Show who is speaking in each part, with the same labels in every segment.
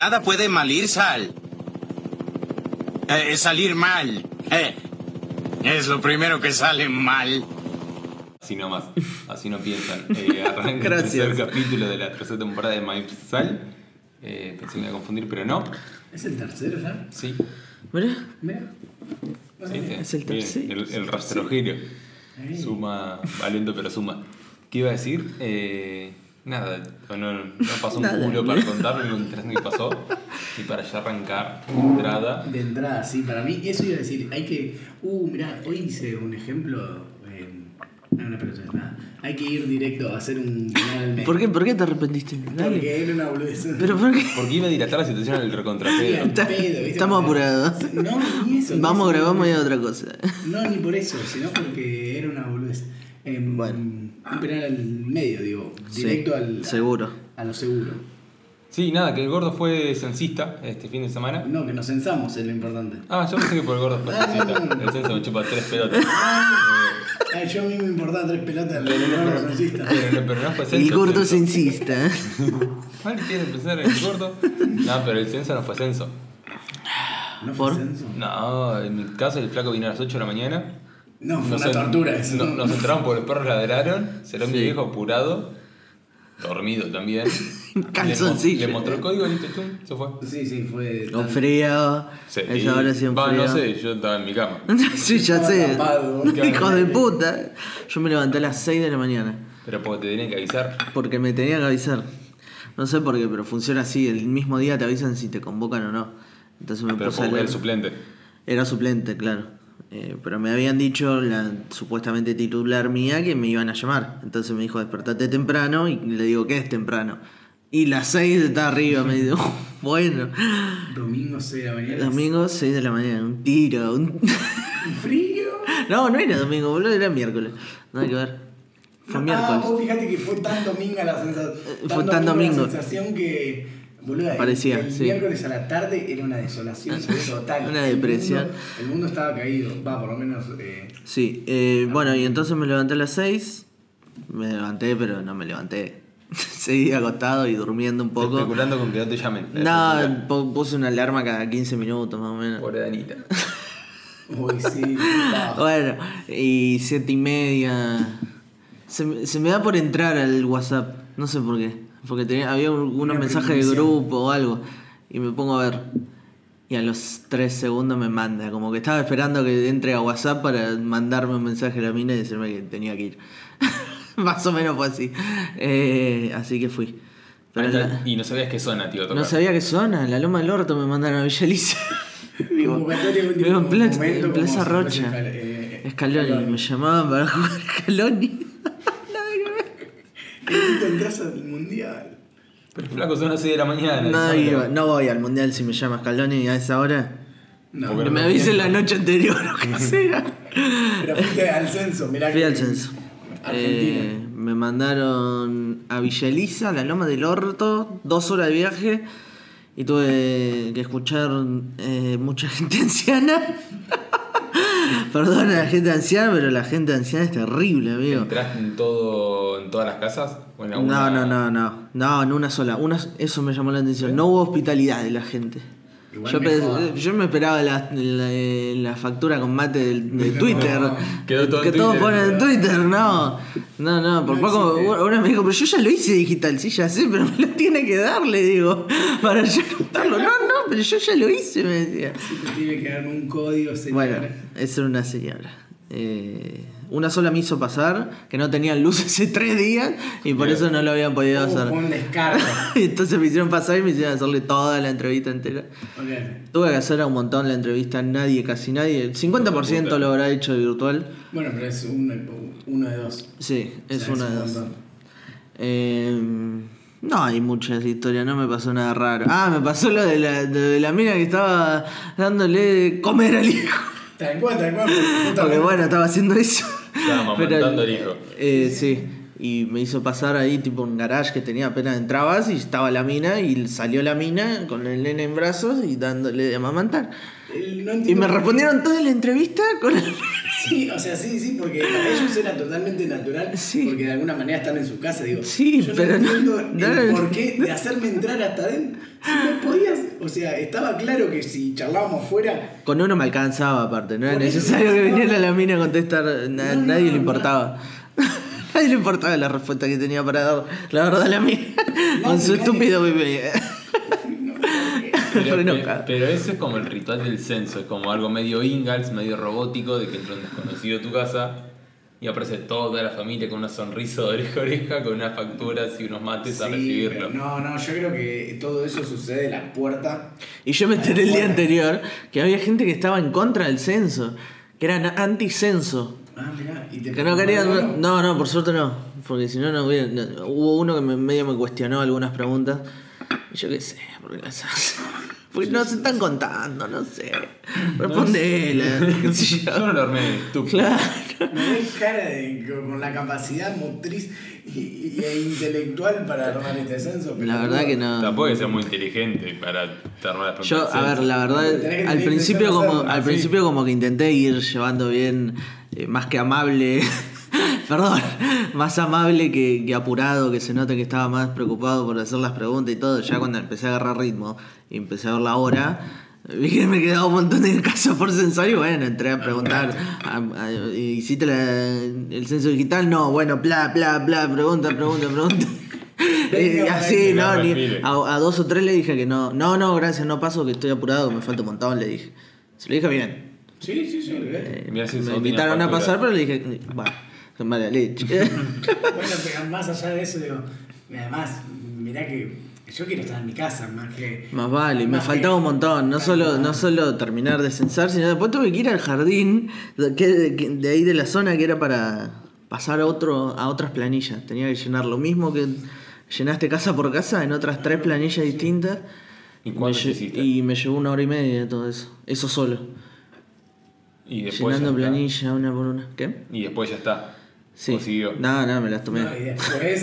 Speaker 1: Nada puede malir sal. Eh, salir mal. Eh, es lo primero que sale mal.
Speaker 2: Así nomás, así no piensan. Eh, arranca
Speaker 3: Gracias.
Speaker 2: el tercer capítulo de la tercera temporada de My Sal. Eh, pensé que me iba a confundir, pero no.
Speaker 4: ¿Es el tercero ya?
Speaker 2: Sí.
Speaker 3: Mirá,
Speaker 4: Mira.
Speaker 2: sí, sí.
Speaker 3: Eh, Es el
Speaker 2: Bien,
Speaker 3: tercero.
Speaker 2: El, el rastrojero. Suma, valiente pero suma. ¿Qué iba a decir? Eh, nada, no, no- no pasó un
Speaker 3: Nada.
Speaker 2: culo para contarlo, no entendí qué pasó. Y para ya arrancar, entrada.
Speaker 4: De entrada, sí, para mí eso iba a decir, hay que, uh, mirá, hoy hice un ejemplo, en, no, no, pero es nada, hay que ir directo a hacer un final al mes.
Speaker 3: ¿por qué, ¿por qué te arrepentiste? Dale.
Speaker 4: Porque era una boludez.
Speaker 3: ¿Pero por qué?
Speaker 2: Porque iba a dilatar la situación al
Speaker 4: Ni al
Speaker 2: recontrapedro.
Speaker 3: Está-
Speaker 4: pedo, ¿viste?
Speaker 3: estamos
Speaker 4: Porque-
Speaker 3: apurados.
Speaker 4: No, ni eso. ni
Speaker 3: Vamos,
Speaker 4: eso.
Speaker 3: grabamos y a otra cosa.
Speaker 4: No, ni por eso, sino porque era una boludez. Em,
Speaker 3: Bueno.
Speaker 4: Un penal al medio, digo, directo
Speaker 3: Sí,
Speaker 4: al...
Speaker 3: Seguro.
Speaker 4: A lo seguro.
Speaker 2: Sí, nada, que el gordo fue censista este fin de semana.
Speaker 4: No, que nos censamos es lo importante.
Speaker 2: Ah, yo pensé que por el gordo fue censista. El censo me chupa tres pelotas. Eh,
Speaker 4: Ay, Ah, yo a mí me importaba tres pelotas al
Speaker 2: pero, no, pero- pero no- pero no fue censo.
Speaker 3: El gordo
Speaker 2: censo.
Speaker 3: censista. ¿eh?
Speaker 2: Mal quiere pensar en el gordo. No, pero el censo no fue censo.
Speaker 4: ¿No fue
Speaker 3: ¿Por?
Speaker 4: censo?
Speaker 2: No, en mi caso el flaco vino a las 8 de la mañana.
Speaker 4: No, fue
Speaker 2: Nos
Speaker 4: una
Speaker 2: en-
Speaker 4: tortura eso.
Speaker 2: no- nos entraron por el perro ladraron, será mi
Speaker 3: Sí.
Speaker 2: viejo apurado, dormido también.
Speaker 3: Calzoncillo.
Speaker 2: Le, mo- le mostró el código y listo, chum, se fue.
Speaker 4: Sí, sí, fue.
Speaker 3: Con
Speaker 4: tan-
Speaker 3: frío.
Speaker 2: Sí.
Speaker 3: Esa hora sí un
Speaker 2: Va,
Speaker 3: frío.
Speaker 2: no sé, yo estaba en mi cama.
Speaker 3: sí, ya sé.
Speaker 4: Estaba tapado.
Speaker 3: Hijo de puta. Yo me levanté a las 6 de la mañana.
Speaker 2: Pero porque te tenían que avisar.
Speaker 3: Porque me tenía que avisar. No sé por qué, pero funciona así. El mismo día te avisan si te convocan o no. Entonces me
Speaker 2: Pero
Speaker 3: puse a
Speaker 2: fue
Speaker 3: leer.
Speaker 2: el suplente.
Speaker 3: Era suplente, claro. Eh, pero me habían dicho, la supuestamente titular mía, que me iban a llamar. Entonces me dijo, despertate temprano. Y le digo, ¿qué es temprano? Y las 6 está arriba. Me dijo, "Oh, bueno.
Speaker 4: Domingo 6 de la mañana.
Speaker 3: Domingo 6 de la mañana, un tiro. un-
Speaker 4: ¿Frío?
Speaker 3: No, no era domingo, boludo, era miércoles. Nada que ver. Fue
Speaker 4: Ah,
Speaker 3: miércoles. Eh,
Speaker 4: vos fijate que fue tan domingo la sensación.
Speaker 3: fue tan domingo.
Speaker 4: La sensación que. Boludo, el-
Speaker 3: Parecía,
Speaker 4: el,
Speaker 3: sí.
Speaker 4: miércoles a la tarde era una desolación total.
Speaker 3: Una
Speaker 4: El
Speaker 3: depresión.
Speaker 4: mundo- El mundo, estaba caído, va, por lo menos. eh,
Speaker 3: Sí, eh, bueno, y entonces me levanté a las 6. Me levanté, pero no me levanté. Seguí acostado y durmiendo un poco.
Speaker 2: Especulando con que no te llamen.
Speaker 3: No, po- puse una alarma cada 15 minutos más o menos.
Speaker 2: Pobre Danita.
Speaker 4: Uy, sí. va.
Speaker 3: Bueno, y 7 y media. Se, me- se me da por entrar al WhatsApp, no sé por qué. Porque tenía, había un- unos
Speaker 4: Una
Speaker 3: mensajes de
Speaker 4: premonición.
Speaker 3: grupo o algo. Y me pongo a ver. Y a los 3 segundos me manda. Como que estaba esperando que entre a WhatsApp para mandarme un mensaje a la mina y decirme que tenía que ir. Más o menos fue así. Eh, así que fui. Pero la-
Speaker 2: Y no sabías qué zona, tío.
Speaker 3: no sabía qué zona. La Loma del Orto me mandaron a Villa Elisa.
Speaker 4: Convocatoria de último
Speaker 3: Digo, en, Pla-
Speaker 4: momento,
Speaker 3: en Plaza
Speaker 4: como
Speaker 3: Rocha.
Speaker 4: si fuese escal- eh,
Speaker 3: Escaloni,
Speaker 4: escalón.
Speaker 3: me llamaban para jugar Escaloni.
Speaker 4: Y te entras al mundial.
Speaker 2: Pero flaco son las 6 de la mañana.
Speaker 3: no,
Speaker 2: el
Speaker 3: iba-
Speaker 2: sábado.
Speaker 3: no voy al mundial si me llama Escaloni a esa hora.
Speaker 4: No,
Speaker 2: Porque
Speaker 3: Que me avisen la noche anterior o que sea.
Speaker 4: Pero fuiste al censo, mirá.
Speaker 3: Fui
Speaker 4: que-
Speaker 3: al censo.
Speaker 4: Argentina.
Speaker 3: Eh, me mandaron a Villa Elisa, a la Loma del Orto, dos horas de viaje. Y tuve que escuchar eh, mucha gente anciana. Perdón a la gente anciana, pero la gente anciana es terrible, amigo.
Speaker 2: ¿Entraste en, todo, en todas las casas? ¿O en alguna?
Speaker 3: No, no, no, no. No, en una sola. Una, eso me llamó la atención. No hubo hospitalidad de la gente.
Speaker 4: Igual
Speaker 3: Yo, pe-
Speaker 4: mejor.
Speaker 3: yo me esperaba la, la- la factura con mate del, de Twitter.
Speaker 2: quedó todo
Speaker 3: que
Speaker 2: en
Speaker 3: todos
Speaker 2: Twitter.
Speaker 3: ponen en Twitter, no. No, no, por
Speaker 4: No
Speaker 3: poco.
Speaker 4: existe.
Speaker 3: Ahora me dijo, pero yo ya lo hice digital, sí, ya sé, pero me lo tiene que dar, le digo. Para yo contarlo. No, no, pero yo ya lo hice, me decía.
Speaker 4: Siempre tiene que darme un código, señor.
Speaker 3: Bueno, esa era una señora. Eh, una sola me hizo pasar, que no tenían luz hace tres días y por
Speaker 2: Bien.
Speaker 3: eso no lo habían podido
Speaker 4: Uh,
Speaker 3: hacer.
Speaker 4: fue un descargo.
Speaker 3: Y Entonces me hicieron pasar y me hicieron hacerle toda la entrevista entera.
Speaker 4: Ok.
Speaker 3: Tuve que hacer a un montón la entrevista, nadie, casi nadie. El 50% lo habrá hecho virtual.
Speaker 4: Bueno, pero es uno, uno de dos.
Speaker 3: Sí,
Speaker 4: O sea,
Speaker 3: es una
Speaker 4: un
Speaker 3: de dos.
Speaker 4: montón.
Speaker 3: Eh, no hay muchas historias, no me pasó nada raro. Ah, me pasó lo de la, de la mina que estaba dándole de comer al hijo.
Speaker 4: Tal cual, tal cual. porque
Speaker 3: Porque
Speaker 4: justamente-
Speaker 3: bueno, estaba haciendo eso.
Speaker 2: Estaba amamantando al hijo.
Speaker 3: Eh, sí. Y me hizo pasar ahí tipo un garage que tenía apenas entrabas y estaba la mina y salió la mina con el nene en brazos y dándole de amamantar.
Speaker 4: El- no
Speaker 3: Y
Speaker 4: entiendo
Speaker 3: me
Speaker 4: por qué-
Speaker 3: respondieron toda la entrevista con el...
Speaker 4: Sí, o sea, sí, sí, porque para ellos era totalmente natural,
Speaker 3: Sí.
Speaker 4: porque de alguna manera están en su casa, digo.
Speaker 3: Sí,
Speaker 4: yo
Speaker 3: pero no- Ah.
Speaker 4: no entiendo el
Speaker 3: no-
Speaker 4: porqué de hacerme entrar hasta adentro. Si no podías, o sea, estaba claro que si charlábamos fuera,
Speaker 3: Con uno me alcanzaba aparte, no era
Speaker 4: Por eso,
Speaker 3: necesario que
Speaker 4: no.
Speaker 3: viniera a la mina a contestar, na-
Speaker 4: No, no,
Speaker 3: nadie le
Speaker 4: no.
Speaker 3: importaba. nadie le importaba la respuesta que tenía para dar, la verdad la mina, con
Speaker 4: Nadie,
Speaker 3: su
Speaker 4: nadie.
Speaker 3: estúpido bebé.
Speaker 2: Pero,
Speaker 3: Re
Speaker 2: pe-
Speaker 3: enojada.
Speaker 2: pero eso es como el ritual del censo, es como algo medio Ingalls, medio robótico, de que entra un desconocido a tu casa y aparece toda la familia con una sonrisa de oreja a oreja, con unas facturas y unos mates a
Speaker 4: Sí,
Speaker 2: recibirlo.
Speaker 4: pero No, no, yo creo que todo eso sucede en la puerta.
Speaker 3: Y yo me enteré el día anterior que había gente que estaba en contra del censo, que eran anticenso.
Speaker 4: Ah, mirá, y te
Speaker 3: Que no querían. No, no, por suerte no. Porque si no, no hubiera. no. Hubo uno que me- medio me cuestionó algunas preguntas. Y yo qué sé, ¿por qué las hace? Porque no se están contando, no sé. Respondela. eh, qué sé yo.
Speaker 2: Yo no lo armé, estúpido.
Speaker 3: Claro.
Speaker 4: Me ves cara de, eh, con la capacidad motriz y, y- e intelectual para armar este censo. pero
Speaker 3: La verdad que no.
Speaker 2: Tampoco es que sea muy inteligente para armar las
Speaker 3: Yo,
Speaker 2: preguntas
Speaker 3: a ver,
Speaker 2: del censo.
Speaker 3: la
Speaker 4: Tenés
Speaker 3: verdad,
Speaker 4: que
Speaker 3: al
Speaker 4: tener
Speaker 3: principio
Speaker 4: intención de
Speaker 3: como,
Speaker 4: hacerlo,
Speaker 3: al
Speaker 4: Ah, sí.
Speaker 3: principio como que intenté ir llevando bien, eh, más que amable, perdón, más amable que, que apurado, que se note que estaba más preocupado por hacer las preguntas y todo. Ya cuando empecé a agarrar ritmo y empecé a ver la hora, vi que me quedaba un montón de casos por censor y bueno, entré a preguntar, a- a- ¿hiciste la- el censo digital? No, bueno, bla, bla, bla, pregunta, pregunta, pregunta. Eh,
Speaker 4: Venga,
Speaker 3: así,
Speaker 2: venga,
Speaker 3: no, ni-
Speaker 2: respire.
Speaker 3: a, a dos o tres le dije que no, no, no, gracias, no paso, que estoy apurado, que me falta un montón, le dije. Se lo dije bien.
Speaker 4: Sí, sí, sí.
Speaker 3: Eh.
Speaker 4: olvidate.
Speaker 2: Mirá Eh, si
Speaker 3: me
Speaker 2: eso
Speaker 3: invitaron
Speaker 2: tiene
Speaker 3: a pasar,
Speaker 2: factura.
Speaker 3: pero le dije, va, qué mala leche.
Speaker 4: Bueno, pero más allá de eso, digo, además, mirá que yo quiero estar en mi casa, más que.
Speaker 3: Más vale, me
Speaker 4: más
Speaker 3: faltaba
Speaker 4: que-
Speaker 3: un montón, no solo,
Speaker 4: Ah,
Speaker 3: no solo terminar de censar, sino después tuve que ir al jardín que- que- de ahí de la zona que era para pasar a, otro, a otras planillas. Tenía que llenar lo mismo que llenaste casa por casa en otras tres planillas distintas.
Speaker 2: ¿Y cuántas
Speaker 3: Me lle-
Speaker 2: hiciste?
Speaker 3: y me llevó una hora y media todo eso, eso solo.
Speaker 2: Y después
Speaker 3: Llenando
Speaker 2: ya está.
Speaker 3: planilla una por una. ¿Qué?
Speaker 2: Y después ya está.
Speaker 3: Sí.
Speaker 2: O siguió.
Speaker 3: No, no, me las tomé.
Speaker 4: No, y después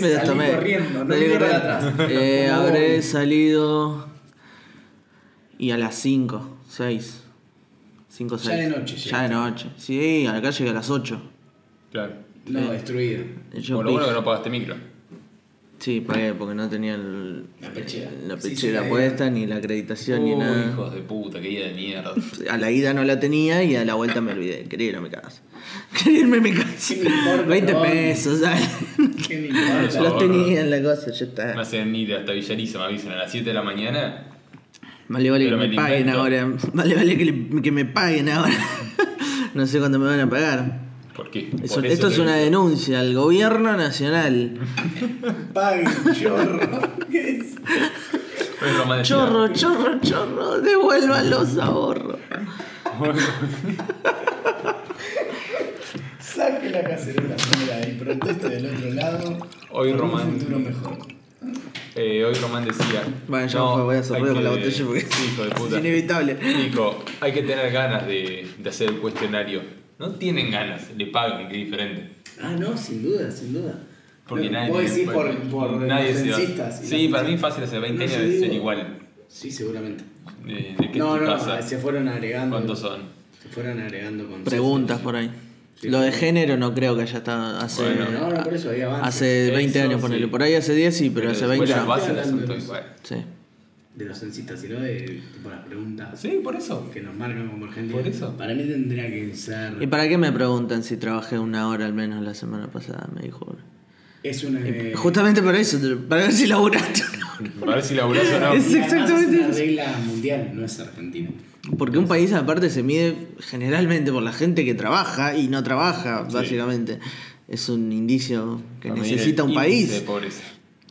Speaker 3: me las
Speaker 4: salí
Speaker 3: tomé.
Speaker 4: corriendo, no
Speaker 3: Salí
Speaker 4: miré para
Speaker 3: corriendo.
Speaker 4: atrás.
Speaker 3: Eh,
Speaker 4: Como
Speaker 3: habré
Speaker 4: Bobby.
Speaker 3: salido. Y a las 5, 6. 5, 6.
Speaker 4: Ya de noche
Speaker 3: Ya de noche. Sí, acá llegué a las 8.
Speaker 2: Claro.
Speaker 4: No,
Speaker 3: eh.
Speaker 4: destruido.
Speaker 3: Yo
Speaker 2: Por lo bueno
Speaker 3: pije.
Speaker 2: que no pagaste micro.
Speaker 3: Sí, pagué porque no tenía el-
Speaker 4: La pechera.
Speaker 3: la
Speaker 4: Sí,
Speaker 3: pechera
Speaker 4: sí,
Speaker 3: puesta, ni la acreditación, ni
Speaker 2: Uy,
Speaker 3: nada.
Speaker 2: hijos de puta, que día de mierda.
Speaker 3: A la ida no la tenía y a la vuelta me olvidé. Quería irme a mi casa. Quería irme a mi casa.
Speaker 4: Sí, por
Speaker 3: 20
Speaker 4: favor.
Speaker 3: pesos, ¿sabes?
Speaker 4: ¿Qué me
Speaker 2: Por
Speaker 4: importa?
Speaker 3: Los
Speaker 2: favor.
Speaker 3: tenía en la cosa, ya está.
Speaker 2: Me hacen ir hasta Villariza, me avisan a las 7 de la mañana.
Speaker 3: Vale, vale que
Speaker 2: Pero
Speaker 3: me,
Speaker 2: me lo
Speaker 3: paguen
Speaker 2: invento.
Speaker 3: ahora. Vale, vale que, le- que me paguen ahora. no sé cuándo me van a pagar.
Speaker 2: ¿Por qué?
Speaker 3: Eso-
Speaker 2: Por eso
Speaker 3: esto
Speaker 2: te
Speaker 3: es una
Speaker 2: digo.
Speaker 3: denuncia al gobierno nacional.
Speaker 4: Paguen, chorro. ¿Qué es?
Speaker 2: Fue broma de
Speaker 3: Chorro, chorro, chorro, devuelvan los ahorros.
Speaker 4: Saque la cacerola fuera y proteste del otro lado.
Speaker 2: Hoy
Speaker 4: por
Speaker 2: Román-
Speaker 4: Un futuro mejor.
Speaker 2: Eh, hoy Román decía.
Speaker 3: Bueno, ya
Speaker 2: no,
Speaker 3: fue, voy a
Speaker 2: hay
Speaker 3: sorprender con la
Speaker 2: que-
Speaker 3: botella porque
Speaker 2: Sí, Hijo de
Speaker 3: es
Speaker 2: puta.
Speaker 3: inevitable.
Speaker 2: Nico, hay que tener ganas de, de hacer el cuestionario. No tienen ganas, le pagan, que es diferente.
Speaker 4: Ah, no, sin duda, sin duda.
Speaker 2: Porque
Speaker 4: No,
Speaker 2: nadie.
Speaker 4: Vos decís por,
Speaker 2: porque
Speaker 4: por
Speaker 2: nadie
Speaker 4: los
Speaker 2: se va-
Speaker 4: censistas y
Speaker 2: Sí,
Speaker 4: las-
Speaker 2: para mí fácil hace 20
Speaker 4: No,
Speaker 2: años
Speaker 4: yo
Speaker 2: de ser
Speaker 4: digo-
Speaker 2: igual.
Speaker 4: Sí, seguramente.
Speaker 2: De, de que
Speaker 4: No,
Speaker 2: tu
Speaker 4: no,
Speaker 2: casa,
Speaker 4: se fueron agregando.
Speaker 2: ¿Cuántos son?
Speaker 4: Se fueron agregando con
Speaker 3: Preguntas por ahí.
Speaker 4: Sí,
Speaker 3: Lo de
Speaker 4: sí.
Speaker 3: género no creo que haya estado hace,
Speaker 2: Bueno,
Speaker 4: No, no, por eso había avances.
Speaker 3: hace 20
Speaker 2: Eso
Speaker 3: años, ponele.
Speaker 2: sí.
Speaker 3: Por ahí hace 10 sí, pero, hace
Speaker 2: después
Speaker 3: 20
Speaker 2: Pues ya
Speaker 3: no.
Speaker 2: va a ser asunto igual.
Speaker 3: Sí.
Speaker 4: De los censistas, sino de tipo, las preguntas
Speaker 2: Sí, por eso.
Speaker 4: que nos marcan como Argentina.
Speaker 2: Por eso.
Speaker 4: Para mí tendría que ser.
Speaker 3: ¿Y para qué me preguntan si trabajé una hora al menos la semana pasada? Me dijo.
Speaker 4: Es una. eh,
Speaker 3: Justamente para eso, para ver si laburaste o no.
Speaker 2: A ver si laburás o no.
Speaker 3: Es
Speaker 4: y además
Speaker 3: exactamente
Speaker 4: Es una
Speaker 3: eso.
Speaker 4: regla mundial, no es argentina.
Speaker 3: Porque un país aparte se mide generalmente por la gente que trabaja y no trabaja, básicamente. Es un indicio que
Speaker 2: Para medir
Speaker 3: necesita
Speaker 2: el
Speaker 3: un
Speaker 2: índice De
Speaker 3: país.
Speaker 2: pobreza.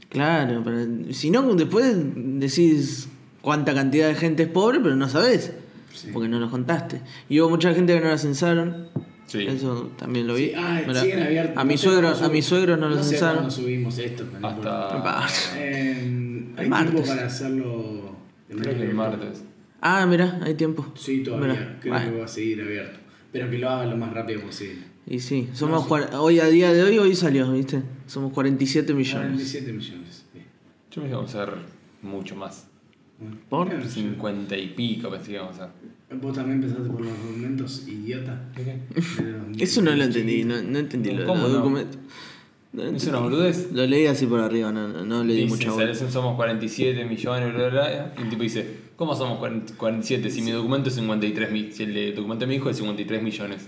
Speaker 3: Claro, pero si no, después decís cuánta cantidad de gente es pobre, pero no sabés.
Speaker 4: Sí.
Speaker 3: Porque no lo contaste. Y hubo mucha gente que no la censaron.
Speaker 2: Sí.
Speaker 3: Eso también lo vi.
Speaker 4: Sí, ah,
Speaker 3: Me la-
Speaker 4: siguen abiertos.
Speaker 3: a, mi
Speaker 4: No sé
Speaker 3: suegro,
Speaker 4: cuándo
Speaker 3: a mi
Speaker 4: sub-
Speaker 3: suegro no lo
Speaker 4: no sé
Speaker 3: censaron. Ah.
Speaker 4: cuándo subimos esto. pero no importa.
Speaker 2: Hasta.
Speaker 3: Epa.
Speaker 4: Eh, hay
Speaker 3: martes.
Speaker 4: tiempo para hacerlo. en
Speaker 2: Creo que el
Speaker 4: realidad.
Speaker 2: martes.
Speaker 3: Ah, mirá, hay tiempo.
Speaker 4: Sí, todavía.
Speaker 3: Mirá,
Speaker 4: Creo
Speaker 3: bueno.
Speaker 4: que va a seguir abierto. Pero que lo hagan lo más rápido posible.
Speaker 3: Y sí, somos cuar- hoy a día de hoy, hoy salió, ¿viste? Somos 47 millones.
Speaker 4: 47 Ah, millones. bien.
Speaker 2: Yo me iba a usar mucho más.
Speaker 4: Bueno,
Speaker 3: ¿Por?
Speaker 4: bueno, yo-
Speaker 2: 50 y pico pensé que íbamos a hacer.
Speaker 4: Vos también empezaste por los documentos, idiota.
Speaker 2: ¿De qué?
Speaker 3: Eso no lo entendí, no, no entendí lo de
Speaker 2: ¿Cómo
Speaker 3: los
Speaker 2: no?
Speaker 3: documentos. No lo
Speaker 2: ¿Es
Speaker 3: entendí.
Speaker 2: una boludez?
Speaker 3: Lo leí así por arriba, no, no, no le di
Speaker 2: Dice,
Speaker 3: mucha
Speaker 2: "San
Speaker 3: bola.
Speaker 2: Lorenzo somos 47 millones, bla, bla, bla". Y el tipo dice, ¿cómo somos 40 47 si mi documento es 53 mil? Si el de- documento de mi hijo es 53 millones.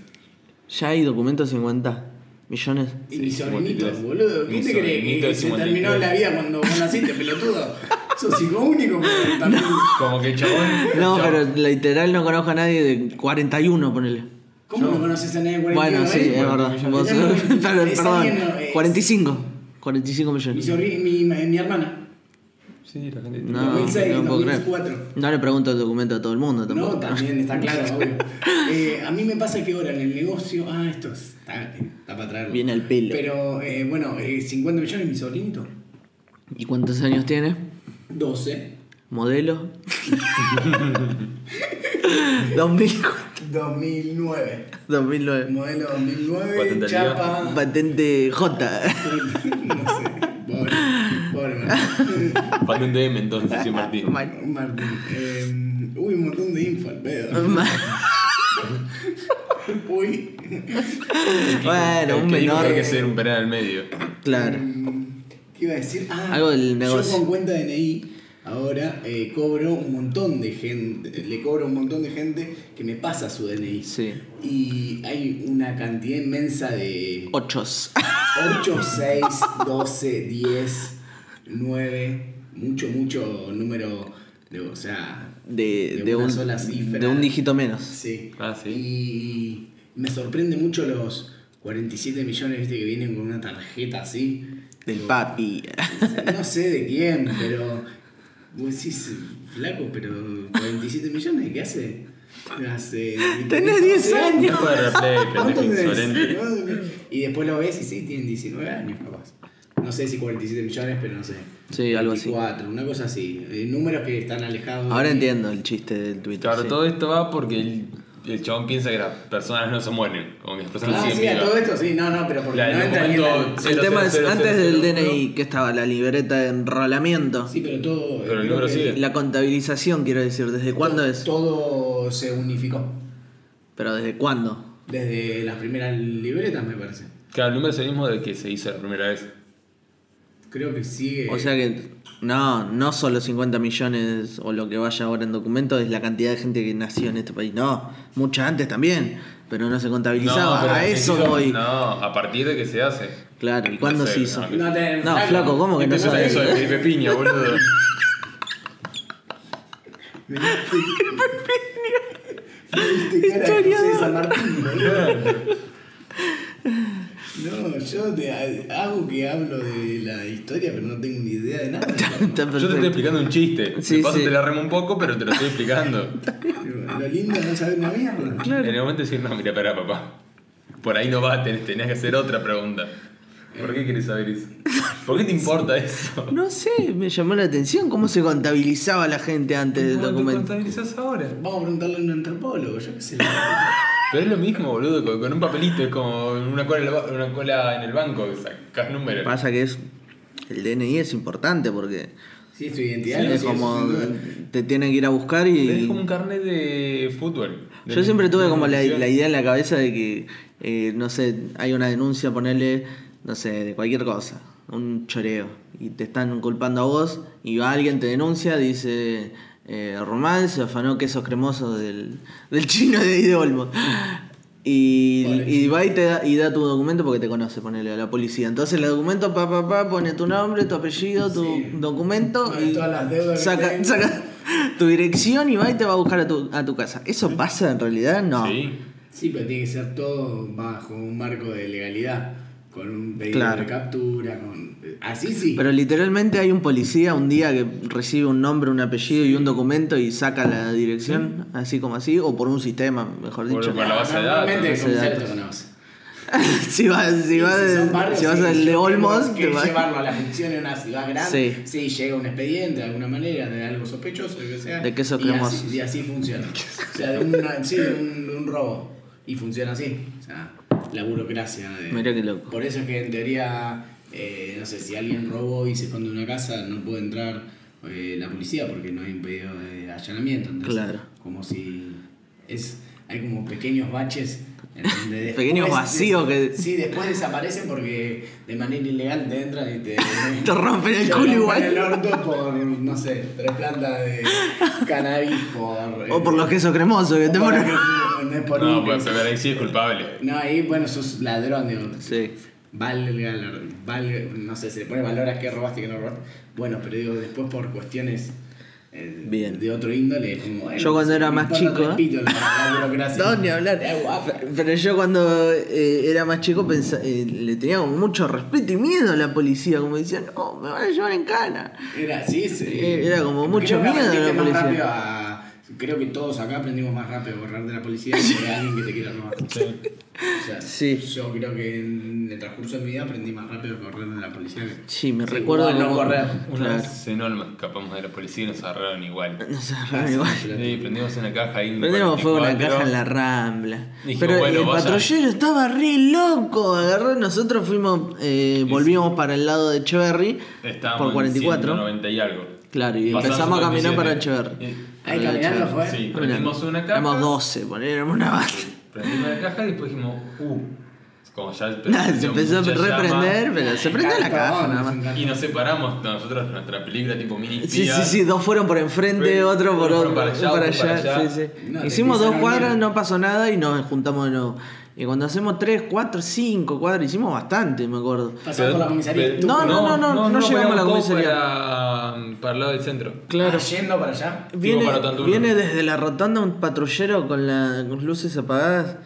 Speaker 3: Ya hay documentos 50 millones.
Speaker 4: Y
Speaker 2: Sí,
Speaker 4: mis sobrinitos,
Speaker 2: 53.
Speaker 4: boludo. ¿Qué
Speaker 2: Mis
Speaker 4: te crees?
Speaker 2: sobrinitos
Speaker 4: Que se
Speaker 2: 53.
Speaker 4: terminó la vida cuando vos naciste, pelotudo. Sos hijo único, pero también.
Speaker 2: Como que chabón.
Speaker 3: No,
Speaker 2: chabón,
Speaker 3: pero literal no conozco a nadie de 41, ponele.
Speaker 4: ¿Cómo no conoces a nadie de 41
Speaker 3: Bueno, sí, es
Speaker 4: años?
Speaker 3: verdad. Vos-
Speaker 4: Tenés noventa-
Speaker 3: perdón,
Speaker 4: es
Speaker 3: perdón,
Speaker 4: alguien, no, es-
Speaker 3: 45. 45
Speaker 4: eh, Mi,
Speaker 3: millones.
Speaker 4: sobri- mi, mi, mi hermana.
Speaker 2: Sí, la gente.
Speaker 3: No,
Speaker 4: 2006,
Speaker 3: no puedo creer.
Speaker 4: 2004.
Speaker 3: No le pregunto el documento a todo el mundo tampoco.
Speaker 4: No, también, está claro, obvio. Eh, a mí me pasa que ahora en el negocio. Ah, esto es- está, está para traerlo.
Speaker 3: Viene al pelo.
Speaker 4: Pero eh, bueno, eh, 50 millones mi sobrinito.
Speaker 3: ¿Y cuántos años tiene?
Speaker 4: 12.
Speaker 3: ¿Modelo? 2004,
Speaker 4: 2009.
Speaker 3: 2009.
Speaker 4: Modelo 2009.
Speaker 2: Patente
Speaker 4: chapa.
Speaker 3: Patente J.
Speaker 4: no sé. Pobre. Pobre Martín.
Speaker 2: Patente M entonces, sí, Martín.
Speaker 3: Mal.
Speaker 4: Martín. eh, uy, un montón de info al pedo.
Speaker 3: Ma-
Speaker 4: Uy.
Speaker 3: bueno,
Speaker 2: El
Speaker 3: un
Speaker 2: que dijo
Speaker 3: menor.
Speaker 2: Hay que ser un penal al medio.
Speaker 3: Claro.
Speaker 4: Mm, ¿Qué iba a decir? Ah,
Speaker 3: Algo del negocio.
Speaker 4: Yo con cuenta DNI ahora eh, cobro un montón de gente. Le cobro a un montón de gente que me pasa su DNI.
Speaker 3: Sí.
Speaker 4: Y hay una cantidad inmensa de
Speaker 3: Ochos.
Speaker 4: 8, 6, 12, 10, 9. Mucho, mucho número. de- o sea.
Speaker 3: De,
Speaker 4: De
Speaker 3: de
Speaker 4: una
Speaker 3: un,
Speaker 4: sola cifra.
Speaker 3: de un dígito menos.
Speaker 4: Sí.
Speaker 2: Ah, sí.
Speaker 4: Y me sorprende mucho los 47 millones ¿viste? que vienen con una tarjeta así.
Speaker 3: Del papi.
Speaker 4: No sé de quién, pero. Vos decís, flaco, pero 47 millones, ¿qué hace? Hace.
Speaker 3: Tenés 10 años.
Speaker 2: Hijo de replay, pendejo
Speaker 4: ¿Cuánto tenés?
Speaker 2: insolente.
Speaker 4: Y después lo ves y sí, tienen 19 años, capaz. No sé si 47 millones, pero no sé.
Speaker 3: Sí, algo así.
Speaker 4: 24, una cosa así. Eh, Números que están alejados.
Speaker 3: Ahora entiendo el chiste del Twitter.
Speaker 2: Claro,
Speaker 3: sí.
Speaker 2: todo esto va porque el, el chabón piensa que las personas no se mueren. Como que las personas
Speaker 4: Ah,
Speaker 2: siguen
Speaker 4: sí, a
Speaker 2: vivas.
Speaker 4: todo esto sí, no, no, pero porque
Speaker 2: Claro,
Speaker 4: no
Speaker 2: en un
Speaker 4: entra ni en la-
Speaker 2: momento-
Speaker 3: El
Speaker 2: Cero,
Speaker 3: tema
Speaker 2: cero,
Speaker 3: es,
Speaker 2: cero,
Speaker 3: antes
Speaker 2: cero,
Speaker 3: del
Speaker 2: cero,
Speaker 3: DNI, que estaba la libreta de enrolamiento.
Speaker 4: Sí, pero todo.
Speaker 2: Pero el
Speaker 4: creo
Speaker 2: número
Speaker 4: que
Speaker 2: sigue.
Speaker 3: La contabilización, quiero decir, ¿desde cuándo
Speaker 4: to-
Speaker 3: es?
Speaker 4: Todo se unificó.
Speaker 3: Pero ¿desde cuándo?
Speaker 4: Desde las primeras libretas, me parece.
Speaker 2: Claro, el número es el mismo del que se hizo la primera vez.
Speaker 4: Creo que sigue.
Speaker 3: O sea que no, no solo 50 millones o lo que vaya ahora en documentos es la cantidad de gente que nació en este país. No, mucha antes también, pero no se contabilizaba.
Speaker 2: pero
Speaker 3: a
Speaker 2: se
Speaker 3: eso
Speaker 2: hizo-
Speaker 3: voy.
Speaker 2: No, a partir de que se hace.
Speaker 3: Claro, ¿y cuándo
Speaker 2: No sé,
Speaker 3: se hizo?
Speaker 2: no,
Speaker 4: no, te-
Speaker 3: No, flaco, ¿cómo que no
Speaker 2: Eso
Speaker 3: sabes?
Speaker 2: es
Speaker 4: eh.
Speaker 2: de Felipe Piña, boludo.
Speaker 4: Me diste- Me diste este cara de José de San Martín, boludo. No, yo te ha- hago que hablo de la historia, pero no tengo ni idea de nada.
Speaker 3: Está
Speaker 2: Yo te
Speaker 3: perfecto.
Speaker 2: estoy explicando un chiste.
Speaker 3: Sí,
Speaker 2: de paso
Speaker 3: sí.
Speaker 2: te la remo un poco, pero te lo estoy explicando.
Speaker 4: Lo lindo es no saber una mierda.
Speaker 2: En el momento decir, no, mira, pará, papá. Por ahí no va, tenés, tenés que hacer otra pregunta. ¿Por qué querés saber eso? ¿Por qué te importa eso?
Speaker 3: No sé, me llamó la atención cómo se contabilizaba la gente antes del documento.
Speaker 2: contabilizas ahora?
Speaker 4: Vamos a preguntarle a un antropólogo, yo qué sé.
Speaker 2: Pero es lo mismo, boludo, con, con un papelito, es como una cola, en el ba- una cola en el banco, que sacás números.
Speaker 3: Pasa que es el DNI es importante porque
Speaker 4: Sí, es tu identidad. ¿no?
Speaker 3: es
Speaker 4: Sí,
Speaker 3: como
Speaker 4: eso sin duda.
Speaker 3: te tienen que ir a buscar
Speaker 2: Es como
Speaker 3: y
Speaker 2: un carnet de fútbol. De-
Speaker 3: yo siempre tuve
Speaker 2: de
Speaker 3: como la,
Speaker 2: selección.
Speaker 3: la idea en la cabeza de que eh, no sé hay una denuncia ponerle no sé de cualquier cosa un choreo y te están culpando a vos y va alguien te denuncia dice eh, Román se afanó quesos cremosos del, del chino de ahí de Olmo y,
Speaker 4: Pobre
Speaker 3: y va y te da, y da tu documento porque te conoce, ponele a la policía. Entonces el documento, pa, pa, pa, pone tu nombre, tu apellido, tu
Speaker 4: Sí.
Speaker 3: documento
Speaker 4: Pone
Speaker 3: y
Speaker 4: todas las deudas que
Speaker 3: saca,
Speaker 4: tengo.
Speaker 3: saca tu dirección y va y te va a buscar a tu, a tu casa. ¿Eso pasa en realidad? No.
Speaker 2: Sí.
Speaker 4: Sí, pero tiene que ser todo bajo un marco de legalidad, con un pedido
Speaker 3: Claro.
Speaker 4: de captura, con... Así sí.
Speaker 3: Pero literalmente hay un policía un día que recibe un nombre, un apellido y un documento y saca la dirección, así como así, o por un sistema, mejor
Speaker 2: Por-
Speaker 3: dicho.
Speaker 2: por la base de datos.
Speaker 4: Normalmente el
Speaker 3: base de
Speaker 4: comisario te
Speaker 3: datos.
Speaker 4: conoce.
Speaker 3: si vas, si vas,
Speaker 4: son
Speaker 3: de-
Speaker 4: barrios,
Speaker 3: si vas
Speaker 4: sí,
Speaker 3: al de
Speaker 4: yo
Speaker 3: Olmos,
Speaker 4: tengo
Speaker 3: te
Speaker 4: que
Speaker 3: vas-
Speaker 4: llevarlo a la ficción en una ciudad grande.
Speaker 3: Sí.
Speaker 4: Sí. llega un expediente de alguna manera, de algo sospechoso, lo que sea.
Speaker 3: De queso
Speaker 4: y
Speaker 3: cremoso.
Speaker 4: así- Y así funciona. O sea, de, una- sí, de un, de un robo. Y funciona así. O sea, la burocracia. De...
Speaker 3: Mirá qué loco.
Speaker 4: Por eso es que en teoría, eh, no sé, si alguien robó y se esconde en una casa, no puede entrar eh, la policía porque no hay un pedido de allanamiento. Entonces,
Speaker 3: Claro.
Speaker 4: Como si es, hay como pequeños baches. donde después-
Speaker 3: Pequeños vacíos que-
Speaker 4: Sí, después desaparecen porque de manera ilegal te entran y te.
Speaker 3: Te rompen el
Speaker 4: te
Speaker 3: culo
Speaker 4: rompen
Speaker 3: igual.
Speaker 4: el orto por, no sé, tres plantas de cannabis por.
Speaker 3: O por los quesos cremosos que te
Speaker 4: o por-
Speaker 3: ponen.
Speaker 4: no es por
Speaker 2: No,
Speaker 4: un
Speaker 2: pues
Speaker 4: queso.
Speaker 2: pero ahí sí es culpable.
Speaker 4: No, ahí, bueno, sos ladrón, digo.
Speaker 3: Sí.
Speaker 4: Valga, la- valga- no sé, se le pone valor a qué robaste y qué no robaste. Bueno, pero digo, después por cuestiones eh,
Speaker 3: Bien.
Speaker 4: de otro índole, es como, bueno,
Speaker 3: Yo cuando
Speaker 4: se
Speaker 3: era
Speaker 4: me
Speaker 3: más
Speaker 4: importa
Speaker 3: chico,
Speaker 4: tres
Speaker 3: ¿eh?
Speaker 4: pitos la- la burocracia.
Speaker 3: No, ni hablar.
Speaker 4: Eh, guapo.
Speaker 3: Pero yo cuando eh, era más chico pensa- eh, le tenía como mucho respeto y miedo a la policía, como decían, no, me van a llevar en cana.
Speaker 4: Era, sí, sí.
Speaker 3: Eh, Era como
Speaker 4: Creo
Speaker 3: mucho
Speaker 4: que
Speaker 3: miedo
Speaker 4: aprendiste
Speaker 3: de la
Speaker 4: más
Speaker 3: policía.
Speaker 4: rápido a- creo que todos acá aprendimos más rápido a borrar de la policía que de alguien que te quiera robar. O sea,
Speaker 3: Sí.
Speaker 4: yo creo que en el transcurso de mi vida aprendí más rápido a correr de la policía. que-
Speaker 3: Sí, me recuerdo
Speaker 4: igual no
Speaker 3: como-
Speaker 4: correr.
Speaker 2: Una
Speaker 3: Claro.
Speaker 2: vez en Olma escapamos de la policía y nos agarraron igual.
Speaker 3: No se agarraron igual.
Speaker 2: Sí, prendimos una caja ahí. en
Speaker 3: Prendimos fuego una
Speaker 2: 44.
Speaker 3: caja en la rambla.
Speaker 2: Dijo,
Speaker 3: Pero
Speaker 2: bueno,
Speaker 3: el
Speaker 2: vayan.
Speaker 3: patrullero estaba re loco. Agarró, nosotros fuimos, eh, volvimos para el lado de Echeverry
Speaker 2: Estábamos
Speaker 3: por
Speaker 2: en
Speaker 3: 44.
Speaker 2: 190 y algo.
Speaker 3: Claro, y
Speaker 2: Pasamos
Speaker 3: empezamos a caminar
Speaker 2: 57.
Speaker 3: para Echeverry.
Speaker 2: Eh,
Speaker 4: Ahí caminando fue.
Speaker 2: Sí, prendimos una caja.
Speaker 3: Éramos 12, poníamos una banda.
Speaker 2: Prendimos la caja y después dijimos, uh. Como ya
Speaker 3: Nada, se empezó a
Speaker 2: mucha
Speaker 3: reprender,
Speaker 2: llama.
Speaker 3: pero se prendió la
Speaker 4: Cagón,
Speaker 3: caja nada
Speaker 4: es
Speaker 3: más.
Speaker 4: un
Speaker 2: Y nos separamos nosotros, nuestra película tipo mini
Speaker 3: Sí,
Speaker 2: espía.
Speaker 3: sí, sí, dos fueron por enfrente,
Speaker 2: Uno
Speaker 3: otro por
Speaker 2: fueron
Speaker 3: otro,
Speaker 2: para
Speaker 3: para
Speaker 2: allá,
Speaker 3: allá.
Speaker 2: otro para allá.
Speaker 3: sí, sí.
Speaker 4: No, te
Speaker 3: hicimos dos
Speaker 4: empiezan a
Speaker 3: cuadras,
Speaker 4: unir.
Speaker 3: no pasó nada y nos juntamos de nuevo. Y cuando hacemos tres, cuatro, cinco cuadras, hicimos bastante, me acuerdo.
Speaker 4: Pasamos por la comisaría.
Speaker 2: Pero-
Speaker 3: No, no, no, no, no llegamos a la
Speaker 2: pegamos
Speaker 3: comisaría.
Speaker 2: Para, mm, para el lado del centro.
Speaker 4: Claro. Ah, Yendo para allá.
Speaker 3: Viene,
Speaker 2: para Tantuno.
Speaker 3: viene desde la rotonda un patrullero con las luces apagadas.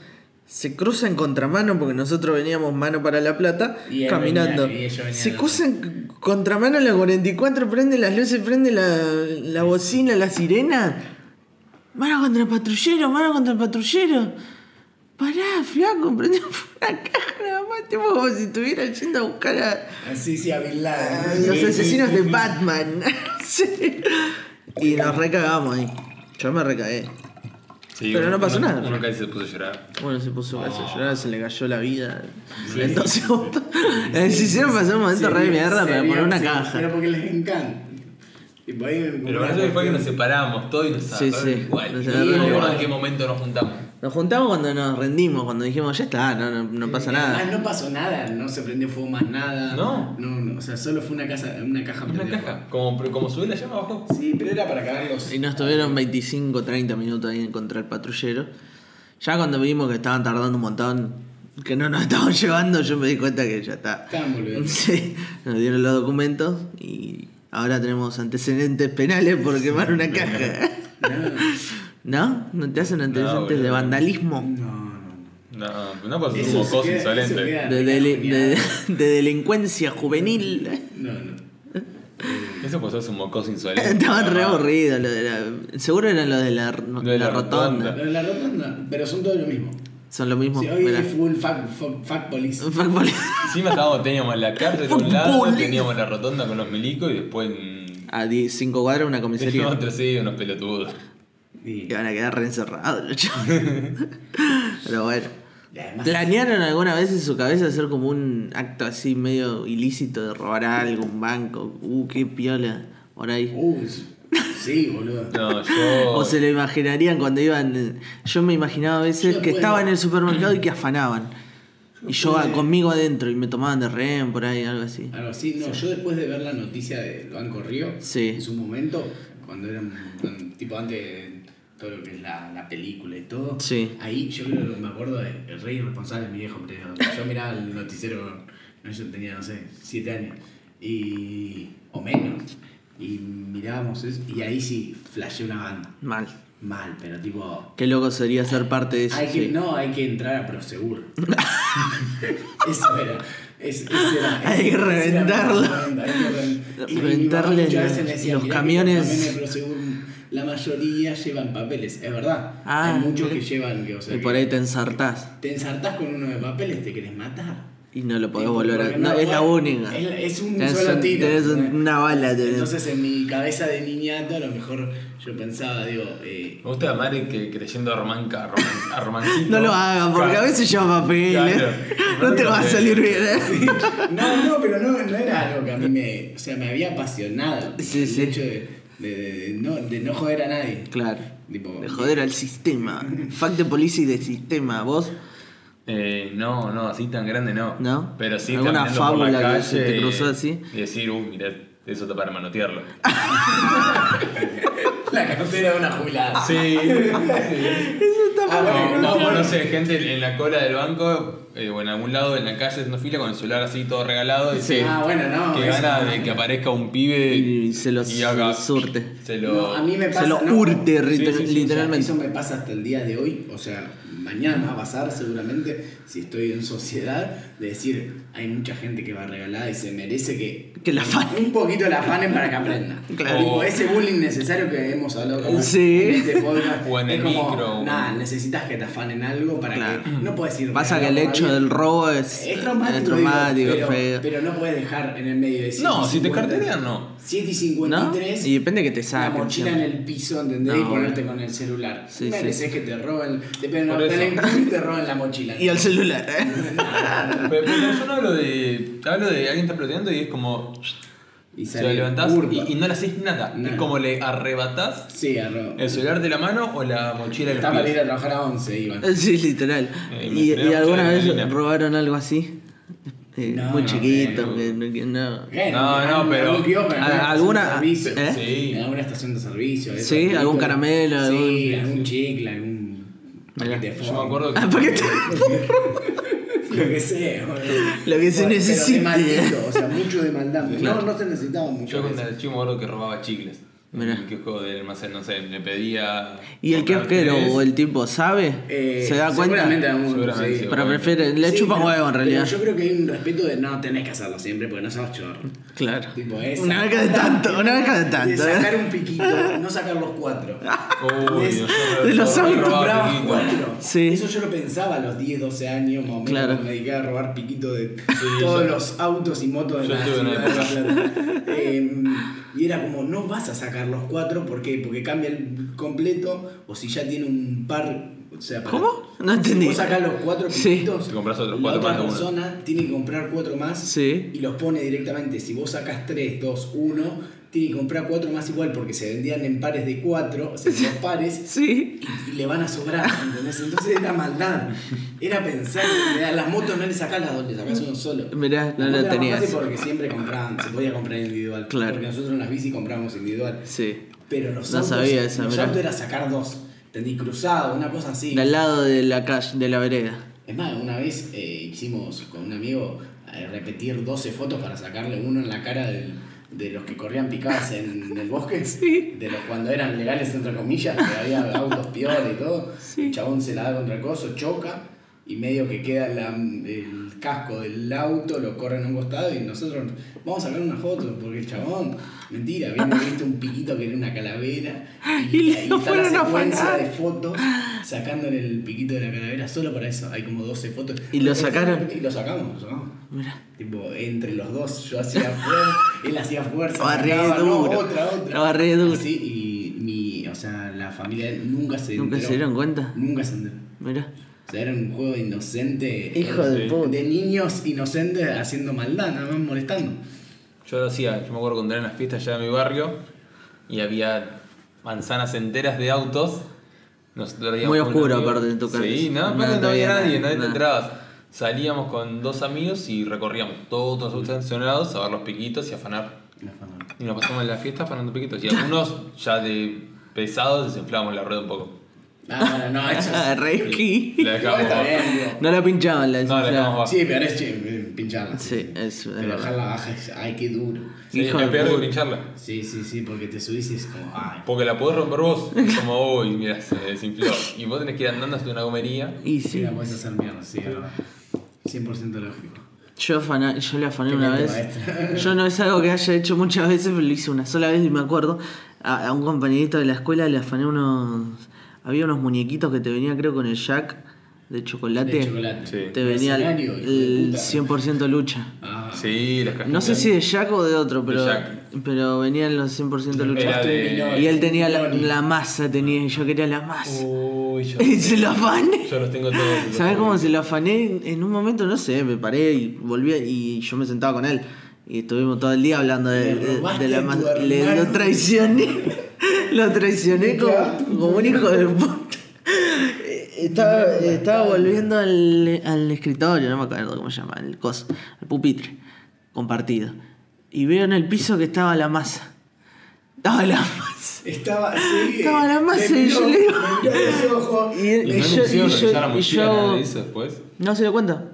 Speaker 3: Se cruza en contramano porque nosotros veníamos mano para La Plata
Speaker 4: Y él
Speaker 3: caminando.
Speaker 4: venía, y ellos venían
Speaker 3: se
Speaker 4: de-
Speaker 3: cruza en contramano en la 44, prende las luces, prende la, la bocina, la sirena. Mano contra el patrullero, mano contra el patrullero. Pará, flaco, prende una caja nada más, tipo como si estuviera yendo a buscar a,
Speaker 4: Así sí, a Bin
Speaker 3: a
Speaker 4: Laden.
Speaker 3: los asesinos de Batman. Sí. Y nos recagamos ahí. Yo me recagué.
Speaker 2: Sí,
Speaker 3: Pero
Speaker 2: uno-
Speaker 3: no pasó
Speaker 2: uno-
Speaker 3: nada.
Speaker 2: Uno casi se puso a llorar.
Speaker 3: Bueno, se puso a llorar, se le cayó la vida. En 12 segundos. Se hicieron pasar un momento
Speaker 4: Sí,
Speaker 3: re de mierda
Speaker 4: sería,
Speaker 3: para poner una
Speaker 4: sí,
Speaker 3: caja.
Speaker 4: Pero porque les encanta. Y por ahí me
Speaker 2: Pero lo gracioso fue que nos separamos todos y nos
Speaker 3: Sí,
Speaker 2: agarraron
Speaker 3: sí.
Speaker 2: igual.
Speaker 3: Nos
Speaker 2: Y no
Speaker 3: agarraron
Speaker 2: me
Speaker 3: igual.
Speaker 2: acuerdo en qué momento nos juntamos.
Speaker 3: Nos juntamos cuando nos rendimos, cuando dijimos, ya está, no, no, no pasa
Speaker 4: Ah,
Speaker 3: nada.
Speaker 4: no pasó nada, no se prendió fuego más nada.
Speaker 2: No.
Speaker 4: No, no, o sea, solo fue una, casa, una caja
Speaker 2: Una
Speaker 4: prendida.
Speaker 2: caja. Como, como subí la llama abajo.
Speaker 4: Sí, pero era para cagarlos.
Speaker 3: Y nos tuvieron 25, 30 minutos ahí en contra el patrullero. Ya cuando vimos que estaban tardando un montón, que no nos estaban llevando, yo me di cuenta que ya está.
Speaker 4: Estaban boludeando.
Speaker 3: Sí, nos dieron los documentos y ahora tenemos antecedentes penales por quemar una caja. ¿No? ¿No te hacen antecedentes de
Speaker 2: boludo.
Speaker 4: No,
Speaker 3: vandalismo?
Speaker 4: no, no.
Speaker 2: No, no pasó
Speaker 4: Eso
Speaker 2: como
Speaker 4: se
Speaker 2: cosa
Speaker 4: queda- se
Speaker 2: insolente.
Speaker 4: queda-
Speaker 3: De, deli- de- de delincuencia juvenil.
Speaker 4: No, no.
Speaker 2: Eso pasó es un mocoso insolente.
Speaker 3: Estaban re
Speaker 2: Ah,
Speaker 3: aburridos. lo de la- Seguro eran los de la,
Speaker 2: de
Speaker 3: la
Speaker 2: la
Speaker 3: rotonda.
Speaker 2: rotonda.
Speaker 4: Pero la rotonda, pero son todos lo mismo.
Speaker 3: Son lo mismo.
Speaker 4: Sí, hoy
Speaker 3: verá.
Speaker 4: es full fuck, fuck, fuck police.
Speaker 3: Fuck police.
Speaker 2: Encima estábamos, teníamos la cárcel de un lado,
Speaker 3: Fútbol.
Speaker 2: teníamos la rotonda con los milicos y después en
Speaker 3: A 5 cuadras una comisaría.
Speaker 2: otro sí, unos pelotudos.
Speaker 4: Y,
Speaker 3: Y van a quedar re encerrados los chavos. Pero bueno.
Speaker 4: y además,
Speaker 3: ¿Planearon alguna vez en su cabeza hacer como un acto así medio ilícito de robar algo, un banco? Uh, qué piola. Por ahí.
Speaker 4: uh, sí, boludo.
Speaker 2: No, yo.
Speaker 3: O se lo imaginarían cuando iban. Yo me imaginaba a veces
Speaker 4: Yo
Speaker 3: que
Speaker 4: puedo.
Speaker 3: estaba en el supermercado y que afanaban. Y yo ah,
Speaker 4: puedo.
Speaker 3: conmigo adentro y me tomaban de rehén por ahí, algo así.
Speaker 4: Algo así, no, yo después de ver la noticia del Banco Río,
Speaker 3: Sí.
Speaker 4: en su momento, cuando era tipo antes de todo lo que es la, la película y todo,
Speaker 3: Sí.
Speaker 4: ahí yo creo que me acuerdo de El Rey Irresponsable, mi viejo, pero yo miraba el noticiero, no, yo tenía, no sé, siete años, y, o menos, y mirábamos eso, y ahí sí, flashé una banda,
Speaker 3: Mal.
Speaker 4: mal, pero tipo,
Speaker 3: Qué loco sería ser parte de eso.
Speaker 4: hay que,
Speaker 3: sí.
Speaker 4: No, hay que entrar a Prosegur. eso era. es- ese era-
Speaker 3: Hay que
Speaker 4: ese- ese era mi
Speaker 3: reventarlo.
Speaker 4: onda, hay que reven- y mi mamá
Speaker 3: Reventarle
Speaker 4: muchas
Speaker 3: los-
Speaker 4: veces me decía,
Speaker 3: los
Speaker 4: "Mirá que
Speaker 3: camiones".
Speaker 4: de Prosegur, la mayoría llevan papeles, es verdad.
Speaker 3: Ah,
Speaker 4: Hay muchos que
Speaker 3: mira.
Speaker 4: llevan. Que, o sea,
Speaker 3: Y por
Speaker 4: que
Speaker 3: ahí te ensartás
Speaker 4: Te ensartás con uno de papeles, te querés matar.
Speaker 3: y no lo podés
Speaker 4: Tipo,
Speaker 3: volver a.
Speaker 4: porque
Speaker 3: No, es la
Speaker 4: bueno,
Speaker 3: única.
Speaker 4: Es, es un
Speaker 3: Tenés
Speaker 4: solo
Speaker 3: un-
Speaker 4: tiro.
Speaker 3: tenés un- una bala, tenés.
Speaker 4: Entonces en mi cabeza de niñato a lo mejor yo pensaba, digo, eh,
Speaker 2: Me gusta la madre que creyendo a Romanca, a, Roman- a Romancito.
Speaker 3: No lo hagan porque a veces lleva papel. ¿eh?
Speaker 2: Claro.
Speaker 3: No te va a salir bien. ¿eh?
Speaker 4: No, no, pero no, no era algo que a mí me, o sea, me había apasionado.
Speaker 3: Sí,
Speaker 4: el
Speaker 3: sí.
Speaker 4: hecho de, de, de- de no, de no joder a nadie.
Speaker 3: Claro.
Speaker 4: Tipo,
Speaker 3: De joder al sistema. Fact de policía y de sistema. Vos,
Speaker 2: Eh, no, no, así tan grande no.
Speaker 3: ¿No?
Speaker 2: Pero sí
Speaker 3: ¿Alguna
Speaker 2: caminando por la
Speaker 3: fábula que
Speaker 2: calle
Speaker 3: se te cruzó así?
Speaker 2: Y decir, uy, mirá, eso está para manotearlo.
Speaker 4: La cartera de una jubilada.
Speaker 2: Sí.
Speaker 4: Ah,
Speaker 2: O,
Speaker 4: bueno,
Speaker 2: o,
Speaker 4: no,
Speaker 2: no sé, gente en la cola del banco eh, o en algún lado en la calle haciendo fila con el celular así todo regalado. Y
Speaker 4: Sí. Ah, bueno, no,
Speaker 2: Que
Speaker 4: eso
Speaker 2: gana
Speaker 4: no.
Speaker 2: de que aparezca un pibe
Speaker 3: Y se los-
Speaker 2: y haga-
Speaker 3: se los surte.
Speaker 2: Se lo.
Speaker 4: No, a mí me pasa.
Speaker 3: se lo
Speaker 4: no,
Speaker 3: urte
Speaker 4: no.
Speaker 3: ri-
Speaker 2: Sí, sí, sí,
Speaker 3: literalmente.
Speaker 4: Eso me pasa hasta el día de hoy, o sea, mañana va a pasar seguramente, si estoy en sociedad, de decir, hay mucha gente que va regalada y se merece que...
Speaker 3: Que la afanen.
Speaker 4: Un poquito la afanen para que aprenda.
Speaker 3: Claro.
Speaker 4: Tipo, ese bullying necesario que hemos hablado con
Speaker 3: Sí.
Speaker 4: en este podcast,
Speaker 2: O en
Speaker 4: es
Speaker 2: el
Speaker 4: como,
Speaker 2: micro.
Speaker 4: Nada, necesitas que te afanen algo para
Speaker 3: Claro.
Speaker 4: que... No puedes ir...
Speaker 3: Pasa que el
Speaker 4: regalado
Speaker 3: hecho
Speaker 4: a
Speaker 3: del
Speaker 4: alguien.
Speaker 3: robo es,
Speaker 4: Es traumático,
Speaker 3: es
Speaker 4: digo,
Speaker 3: traumático,
Speaker 4: pero,
Speaker 3: feo.
Speaker 4: pero no puedes dejar en el medio de
Speaker 2: No, si te
Speaker 4: 7.50.
Speaker 2: carterean, no.
Speaker 4: 7 y
Speaker 3: ¿No?
Speaker 4: 53
Speaker 3: Y depende que te
Speaker 4: la
Speaker 3: saquen.
Speaker 4: mochila en
Speaker 3: siempre.
Speaker 4: el piso, ¿entendés? y
Speaker 3: No,
Speaker 4: ponerte con el celular.
Speaker 3: Sí,
Speaker 4: Mereces
Speaker 3: sí,
Speaker 4: que te roben, depende
Speaker 2: Por
Speaker 4: no, te,
Speaker 2: eso.
Speaker 4: la- te roben la mochila.
Speaker 3: Y al celular. ¿eh?
Speaker 2: Pero, pero yo no hablo de. Hablo de alguien está ploteando y es como.
Speaker 4: Y
Speaker 2: Se
Speaker 4: sale
Speaker 2: lo levantás
Speaker 4: curva.
Speaker 2: y, y no le haces nada.
Speaker 4: Nada.
Speaker 2: Es como le arrebatás
Speaker 4: Sí, arroba.
Speaker 2: el celular de la mano o la mochila de los
Speaker 4: Está para ir
Speaker 2: pies.
Speaker 4: a trabajar a 11, Iván.
Speaker 3: sí, literal.
Speaker 2: Eh, me
Speaker 3: ¿Y,
Speaker 2: genera
Speaker 3: y
Speaker 2: mucha
Speaker 3: alguna vez
Speaker 2: adrenalina.
Speaker 3: robaron algo así? Eh,
Speaker 4: No,
Speaker 3: muy
Speaker 4: no, Eh,
Speaker 3: chiquito.
Speaker 2: no.
Speaker 3: que no- que no.
Speaker 2: No,
Speaker 4: Bueno, en
Speaker 2: no,
Speaker 4: algún-
Speaker 2: pero-
Speaker 4: algún kiosco, en
Speaker 3: ¿Al- alguna-
Speaker 4: estación de servicio.
Speaker 3: ¿eh?
Speaker 2: Sí.
Speaker 4: En alguna estación de servicio. eso,
Speaker 3: Sí,
Speaker 4: algún-
Speaker 3: algún caramelo,
Speaker 4: Sí,
Speaker 3: algún-
Speaker 4: algún chicle, algún
Speaker 3: Mirá,
Speaker 4: paquete de
Speaker 2: Yo
Speaker 4: fo-
Speaker 2: me acuerdo que.
Speaker 3: Ah, ¿por qué te-
Speaker 4: Lo que sea, boludo.
Speaker 3: Lo que se
Speaker 4: Pero
Speaker 3: necesite.
Speaker 4: demandito, o sea, mucho demandante.
Speaker 3: Claro.
Speaker 4: No, no se necesitaba
Speaker 2: Yo
Speaker 4: mucho. de
Speaker 2: con
Speaker 4: eso.
Speaker 2: el chico me acuerdo que robaba chicles.
Speaker 3: Mirá.
Speaker 2: En el kiosco del almacén, no sé, le pedía.
Speaker 3: ¿Y el
Speaker 2: comprar
Speaker 3: kiosquero
Speaker 2: tres.
Speaker 3: o el tipo sabe?
Speaker 4: Eh,
Speaker 3: ¿Se da cuenta?
Speaker 4: Seguramente, algún-
Speaker 2: Seguramente,
Speaker 4: sí.
Speaker 3: Pero prefiere, le
Speaker 4: Sí,
Speaker 3: chupa
Speaker 4: pero-
Speaker 3: huevo en
Speaker 4: pero
Speaker 3: realidad.
Speaker 4: Yo creo que hay un respeto de no tenés que hacerlo siempre porque no sos chorro.
Speaker 3: Claro.
Speaker 4: Tipo, es
Speaker 3: Una vez cada tanto, una vez cada
Speaker 4: De
Speaker 3: tanto.
Speaker 4: sacar
Speaker 3: ¿eh?
Speaker 4: un piquito, no sacar los cuatro.
Speaker 2: Uy,
Speaker 4: Es-
Speaker 2: yo
Speaker 3: de los
Speaker 2: yo
Speaker 3: autos
Speaker 2: robaba
Speaker 4: Comprabas
Speaker 2: piquito.
Speaker 4: cuatro.
Speaker 3: Sí.
Speaker 4: Eso yo lo pensaba a los 10, 12 años, más o menos.
Speaker 3: Claro.
Speaker 4: cuando Me dedicaba a robar piquito de todos
Speaker 2: yo-
Speaker 4: los autos y motos de
Speaker 2: yo
Speaker 4: la
Speaker 2: estuve en
Speaker 4: ciudad
Speaker 2: una
Speaker 4: de La Plata. Eh, y era como, no vas a sacar los cuatro, ¿por qué? Porque cambia el completo o si ya tiene un par. O sea, para-
Speaker 3: ¿Cómo? No entendí.
Speaker 4: Si vos sacás los cuatro
Speaker 3: Sí.
Speaker 4: piquitos,
Speaker 2: Si compras otros
Speaker 4: la
Speaker 2: cuatro,
Speaker 4: otra
Speaker 2: manda uno.
Speaker 4: persona tiene que comprar cuatro más
Speaker 3: Sí.
Speaker 4: y los pone directamente. Si vos sacás tres, dos, uno, tiene que comprar cuatro más igual porque se vendían en pares de cuatro, o sea, en dos pares,
Speaker 3: Sí.
Speaker 4: y, y le van a sobrar, ¿entendés? Entonces era maldad. Era pensar, que a las motos no le sacás las dos, le sacás uno solo.
Speaker 3: Mirá, no lo
Speaker 4: Las motos eran más
Speaker 3: tenías.
Speaker 4: fácil porque siempre compraban, se podía comprar individual.
Speaker 3: Claro.
Speaker 4: Porque nosotros en las bici comprábamos individual.
Speaker 3: Sí.
Speaker 4: Pero los
Speaker 3: No
Speaker 4: autos,
Speaker 3: sabía esa,
Speaker 4: los
Speaker 3: mirá.
Speaker 4: autos era sacar dos, ¿entendí? Cruzado, una cosa así.
Speaker 3: De al lado de la calle, de la vereda.
Speaker 4: Es más, una vez eh, hicimos con un amigo eh, repetir 12 fotos para sacarle uno en la cara del- de los que corrían picadas en, el bosque.
Speaker 3: Sí.
Speaker 4: De los cuando eran legales, entre comillas, que había autos piola y todo. El chabón se la da contra el coso, choca y medio que queda la- el casco del auto, lo corren a un costado y nosotros vamos a sacar una foto porque el chabón, mentira, habíamos visto un piquito que era una calavera y,
Speaker 3: Y le
Speaker 4: ahí
Speaker 3: lo
Speaker 4: está la
Speaker 3: fueron a
Speaker 4: secuencia
Speaker 3: afanar.
Speaker 4: de fotos sacándole el piquito de la calavera solo para eso. Hay como 12 fotos.
Speaker 3: ¿Y lo sacaron?
Speaker 4: Y lo sacamos, lo sacamos.
Speaker 3: Mirá.
Speaker 4: Tipo, entre los dos, yo hacía fuerza, él hacía fuerza.
Speaker 3: Estaba re
Speaker 4: sacaba, no,
Speaker 3: duro.
Speaker 4: otra, otra.
Speaker 3: Estaba re duro.
Speaker 4: Sí, y mi, o sea, la familia de él nunca se
Speaker 3: ¿Nunca
Speaker 4: enteró.
Speaker 3: se dieron cuenta?
Speaker 4: Nunca se enteró.
Speaker 3: Mirá.
Speaker 4: O sea, era un juego inocente.
Speaker 3: Hijo de
Speaker 4: eh,
Speaker 3: puta.
Speaker 4: De niños inocentes haciendo maldad, nada más molestando.
Speaker 2: Yo lo hacía, yo me acuerdo cuando eran las fiestas allá de mi barrio y había manzanas enteras de autos. Nosotros íbamos
Speaker 3: Muy
Speaker 2: con un
Speaker 3: oscuro,
Speaker 2: amigo-
Speaker 3: aparte, en tu casa.
Speaker 2: Sí,
Speaker 3: No,
Speaker 2: no, aparte no,
Speaker 3: no
Speaker 2: había
Speaker 3: había
Speaker 2: nadie,
Speaker 3: nada,
Speaker 2: nadie te
Speaker 3: nada.
Speaker 2: entrabas. Salíamos con dos amigos y recorríamos todos los autos estacionados a ver los piquitos y a afanar. Y nos pasamos la fiesta afanando piquitos. Y algunos ya de pesados desinflábamos la rueda un poco.
Speaker 4: Ah, bueno, no, eso
Speaker 3: Ah,
Speaker 4: es-
Speaker 3: Reiki.
Speaker 2: La
Speaker 4: Igual
Speaker 2: dejamos.
Speaker 4: está bien, digo.
Speaker 3: No la pinchaban, la
Speaker 2: No, la dejamos
Speaker 3: desinflaban.
Speaker 2: bajo.
Speaker 4: Sí, pero es che, eh, pincharla.
Speaker 3: Sí, es- es
Speaker 4: Pero
Speaker 3: verdad.
Speaker 4: dejarla baja es, ay, qué duro.
Speaker 2: Sí,
Speaker 3: Hijo
Speaker 2: es
Speaker 3: de
Speaker 2: peor que
Speaker 3: puta.
Speaker 2: pincharla.
Speaker 4: Sí, sí, sí, porque te subís y es como, ay.
Speaker 2: Porque la podés romper vos. Es Como, uy, mira, se desinfló. Y vos tenés que ir andando hasta una gomería.
Speaker 3: Y
Speaker 4: Sí,
Speaker 3: sí.
Speaker 4: la podés hacer mierda, sí, es verdad. 100% lógico.
Speaker 3: Yo, afana- yo le afané
Speaker 4: Qué
Speaker 3: una
Speaker 4: mente
Speaker 3: vez.
Speaker 4: maestra.
Speaker 3: Yo no es algo que haya hecho muchas veces, pero lo hice una sola vez y me acuerdo. A, a un compañerito de la escuela le afané unos. Había unos muñequitos que te venía, creo, con el Jack de chocolate.
Speaker 4: De chocolate.
Speaker 2: Sí.
Speaker 3: Te venía el,
Speaker 4: Mercenario, hijo de
Speaker 3: el
Speaker 4: puta.
Speaker 3: 100% lucha.
Speaker 4: Ah,
Speaker 2: Sí, las cajitas.
Speaker 3: No sé si de Jack o de otro, pero,
Speaker 2: Jack.
Speaker 3: pero venían los 100%
Speaker 2: Era
Speaker 3: lucha.
Speaker 2: de-
Speaker 3: Y él tenía la, la masa, tenía, y yo quería la masa.
Speaker 2: Uy,
Speaker 4: Oh,
Speaker 2: yo,
Speaker 3: Y se lo afané.
Speaker 2: yo los tengo todos. los
Speaker 3: ¿Sabes
Speaker 2: tengo.
Speaker 3: cómo se lo afané? En- En un momento, no sé, me paré y volví a- y yo me sentaba con él. Y estuvimos todo el día hablando de,
Speaker 4: Le
Speaker 3: de- de
Speaker 4: robaste
Speaker 3: la
Speaker 4: a tu
Speaker 3: ma- le- Lo
Speaker 4: hermano.
Speaker 3: traicioné. lo traicioné
Speaker 4: Le
Speaker 3: como,
Speaker 4: clavaste un
Speaker 3: como un hijo de puta. Estaba, estaba volviendo al, al escritorio, no me acuerdo cómo se llama, el coso, al pupitre compartido. Y veo en el piso que estaba la masa. Estaba la masa.
Speaker 4: Estaba sí,
Speaker 3: Estaba la
Speaker 4: me
Speaker 3: masa y
Speaker 4: miró,
Speaker 3: yo le digo-
Speaker 4: me miró a los ojos.
Speaker 3: Y él-
Speaker 2: Y no le
Speaker 3: yo-
Speaker 2: pusieron
Speaker 3: y yo-
Speaker 2: revisar la
Speaker 3: y
Speaker 2: mochila,
Speaker 3: yo-
Speaker 2: nada de eso después.
Speaker 3: No se dio cuenta.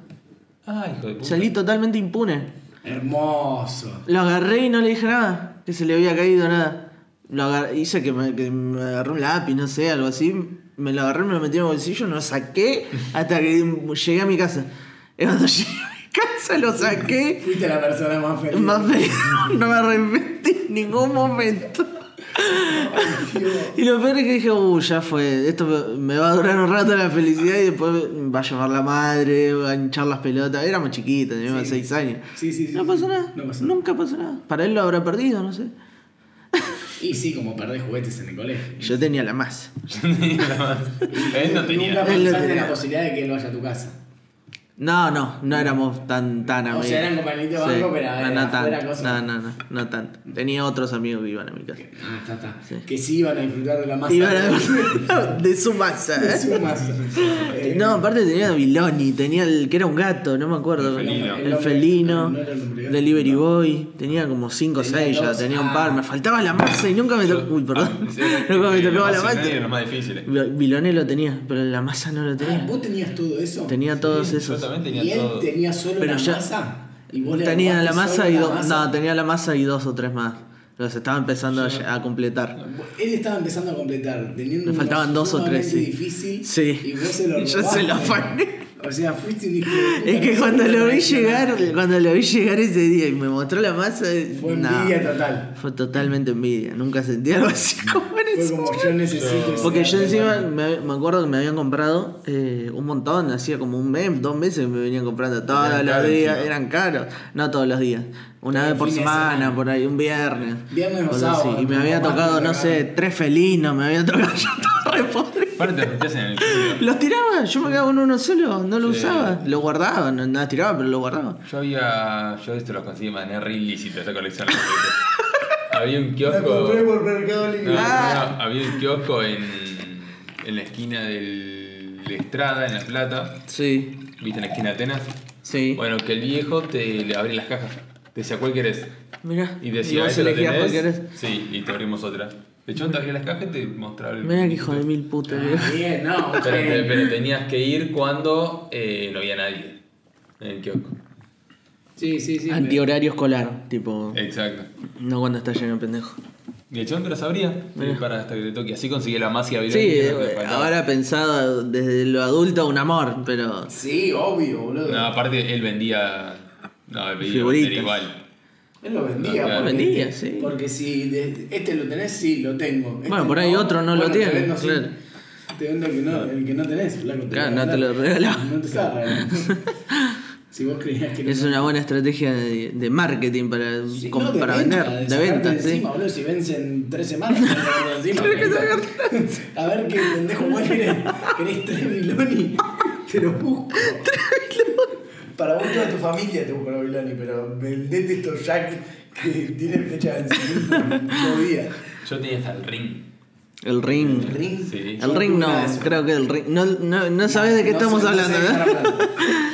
Speaker 2: Ah, hijo de puta.
Speaker 3: Salí totalmente impune.
Speaker 4: Hermoso.
Speaker 3: Lo agarré y no le dije nada, que se le había caído nada. Lo agarré- hice que me, que me agarró un lápiz, no sé, algo así. Me lo agarré, me lo metí en el bolsillo, no lo saqué hasta que llegué a mi casa. Y cuando llegué a mi casa lo saqué.
Speaker 4: Fuiste la persona más feliz.
Speaker 3: Más feliz, no me arrepentí en ningún momento. Y lo peor es que dije, uh, ya fue, esto me- me va a durar un rato la felicidad y después va a llamar la madre, va a hinchar las pelotas. Éramos chiquitos, teníamos
Speaker 4: Sí.
Speaker 3: 6 años.
Speaker 4: Sí, sí, sí,
Speaker 3: No
Speaker 4: sí.
Speaker 3: pasó nada,
Speaker 4: No pasó.
Speaker 3: nunca pasó nada. Para él lo habrá perdido, no sé.
Speaker 4: Y sí, como perdés juguetes en el colegio.
Speaker 3: Yo tenía la más.
Speaker 2: Él no
Speaker 4: Nunca
Speaker 2: tenía.
Speaker 3: Él lo
Speaker 4: pensaste en
Speaker 3: tenía.
Speaker 4: la posibilidad de que él vaya a tu casa.
Speaker 3: No, no, no éramos tan, tan
Speaker 4: O
Speaker 3: amigos.
Speaker 4: sea, eran compañeritos de
Speaker 3: Sí.
Speaker 4: banco, pero
Speaker 3: no,
Speaker 4: eh,
Speaker 3: no,
Speaker 4: afuera
Speaker 3: tanto.
Speaker 4: cosa.
Speaker 3: no, no, no, no tanto. Tenía otros amigos que iban a mi casa.
Speaker 4: Ah, está, está.
Speaker 3: Sí.
Speaker 4: Que sí iban a disfrutar de la masa.
Speaker 3: Iban a- de su masa.
Speaker 4: De
Speaker 3: ¿eh?
Speaker 4: su masa. Eh,
Speaker 3: No, aparte tenía a Biloni, tenía el que era un gato, no me acuerdo.
Speaker 2: El felino.
Speaker 3: El felino,
Speaker 4: El hombre- el hombre- el hombre-
Speaker 3: Delivery Boy, tenía como 5 o
Speaker 4: Tenía
Speaker 3: 6 ya,
Speaker 4: dos.
Speaker 3: tenía un
Speaker 4: Ah.
Speaker 3: par. Me faltaba la masa y nunca me tocó. Uy,
Speaker 2: Ah,
Speaker 3: perdón. Nunca me tocaba la masa.
Speaker 2: Era lo más difícil. eh.
Speaker 3: Biloni lo tenía, pero la masa no lo
Speaker 4: Ah,
Speaker 3: tenía.
Speaker 4: ¿Vos tenías todo eso?
Speaker 3: Tenía todos
Speaker 2: Yo
Speaker 3: esos.
Speaker 2: también
Speaker 4: y
Speaker 2: tenía
Speaker 4: él
Speaker 2: todo.
Speaker 4: tenía solo
Speaker 3: Pero
Speaker 4: la
Speaker 3: ya-
Speaker 4: masa. Y vos le
Speaker 3: Tenía
Speaker 4: robaste
Speaker 3: la masa
Speaker 4: solo
Speaker 3: y
Speaker 4: la
Speaker 3: dos.
Speaker 4: masa.
Speaker 3: No, tenía la masa y dos o tres más. Los estaba empezando a- a completar.
Speaker 4: Él estaba empezando a completar, teniendo
Speaker 3: Le faltaban
Speaker 4: un
Speaker 3: dos o tres,
Speaker 4: sumamente
Speaker 3: sí.
Speaker 4: difícil.
Speaker 3: Sí.
Speaker 4: Y vos se lo
Speaker 3: Y yo se lo
Speaker 4: robaste.
Speaker 3: afané.
Speaker 4: O sea, fuiste un hijo. de
Speaker 3: Es
Speaker 4: puta,
Speaker 3: que
Speaker 4: no
Speaker 3: cuando
Speaker 4: sabés
Speaker 3: lo vi
Speaker 4: reaccionar.
Speaker 3: llegar, cuando lo vi llegar ese día y me mostró la masa,
Speaker 4: Fue
Speaker 3: no.
Speaker 4: envidia total.
Speaker 3: Fue totalmente envidia, nunca sentí algo así como en
Speaker 4: Fue
Speaker 3: ese
Speaker 4: como
Speaker 3: momento.
Speaker 4: yo necesito. ese
Speaker 3: Porque yo
Speaker 4: arte,
Speaker 3: encima
Speaker 4: bueno.
Speaker 3: me, me acuerdo que me habían comprado eh, un montón, hacía como un mes, dos meses que me venían comprando todos
Speaker 2: Eran
Speaker 3: los
Speaker 2: caros
Speaker 3: días,
Speaker 2: encima.
Speaker 3: eran caros, no todos los días, una
Speaker 4: Pero
Speaker 3: vez por
Speaker 4: fines de
Speaker 3: semana,
Speaker 4: semana.
Speaker 3: por ahí, un viernes.
Speaker 4: Viernes o
Speaker 3: cosas así.
Speaker 4: sábado,
Speaker 3: Y me había
Speaker 4: como
Speaker 3: tocado,
Speaker 4: más
Speaker 3: no sé,
Speaker 4: caro.
Speaker 3: tres felinos, me había tocado, yo estaba re podrido.
Speaker 2: Aparte te metías en el culo.
Speaker 3: Los tiraba, yo me quedaba con uno solo, no lo
Speaker 2: Sí.
Speaker 3: usaba, lo guardaba, no, nada tiraba, pero lo guardaba.
Speaker 2: Yo había. Yo esto lo conseguí de manera re ilícita esa colección. de juguetes. había un
Speaker 4: La compré
Speaker 2: kiosco.
Speaker 4: por Mercado
Speaker 2: no,
Speaker 4: Libre.
Speaker 2: no, no,
Speaker 3: Ah.
Speaker 2: había un kiosco en, en la esquina del de Estrada, en La Plata.
Speaker 3: Sí,
Speaker 2: ¿Viste en la esquina de Atenas?
Speaker 3: sí.
Speaker 2: Bueno, que el viejo te le abría las cajas. Te decía cuál querés.
Speaker 3: Mirá,
Speaker 2: Y decía,
Speaker 3: vos
Speaker 2: "Esta la
Speaker 3: elegías
Speaker 2: tenés".
Speaker 3: cuál querés.
Speaker 2: Sí, y te abrimos otra. De hecho, te abría las cajas y te mostraba el.
Speaker 3: Mirá que hijo de mil putas, mirá.
Speaker 4: Ah, Bien, no.
Speaker 2: Pero, te-
Speaker 4: bien.
Speaker 2: pero tenías que ir cuando eh, no había nadie en el kiosco.
Speaker 4: Sí, sí, sí.
Speaker 3: Antihorario escolar, tipo.
Speaker 2: Exacto.
Speaker 3: No cuando está lleno de pendejo.
Speaker 2: Y el chabón te lo sabría. Y para hasta que te toque. Así conseguí la magia viral.
Speaker 3: Sí,
Speaker 2: que
Speaker 3: eh,
Speaker 2: era lo que me faltaba.
Speaker 3: ahora pensado desde lo adulto un amor, pero.
Speaker 4: Sí, obvio, boludo.
Speaker 2: No, aparte él vendía. No, él vendía
Speaker 3: Figuritas.
Speaker 2: era igual.
Speaker 4: Él lo vendía.
Speaker 2: No, claro.
Speaker 4: porque-
Speaker 3: Vendía, sí.
Speaker 4: Porque si de- este lo tenés, sí, lo tengo. Este
Speaker 3: Bueno, por ahí otro no lo
Speaker 4: te
Speaker 3: tiene,
Speaker 4: vendo sin-
Speaker 3: claro.
Speaker 4: Te vendo el que no, el que no tenés, flaco. te
Speaker 3: Claro,
Speaker 4: voy a
Speaker 3: no te
Speaker 4: dar.
Speaker 3: lo regalaban.
Speaker 4: No te estaba regalando. si vos creías que
Speaker 3: Es
Speaker 4: no,
Speaker 3: una buena estrategia de, de marketing para,
Speaker 4: Sí,
Speaker 3: com-
Speaker 4: no, de
Speaker 3: para
Speaker 4: venta,
Speaker 3: vender, de
Speaker 4: sacarte
Speaker 3: venta, sí.
Speaker 4: encima, boludo, si vencen tres semanas, te sacas encima. A ver qué pendejo vos querés. ¿Querés tres Biloni? Te lo busco. Para vos toda tu familia te busco los Biloni, pero vendete estos Jack que tienen fecha de vencimiento todavía.
Speaker 2: Yo tenía hasta el ring.
Speaker 3: El ring.
Speaker 4: El ring.
Speaker 2: Sí.
Speaker 3: El ring no, creo que el ring. No, no, no sabes de qué estamos hablando,
Speaker 4: ¿verdad?
Speaker 3: ¿verdad?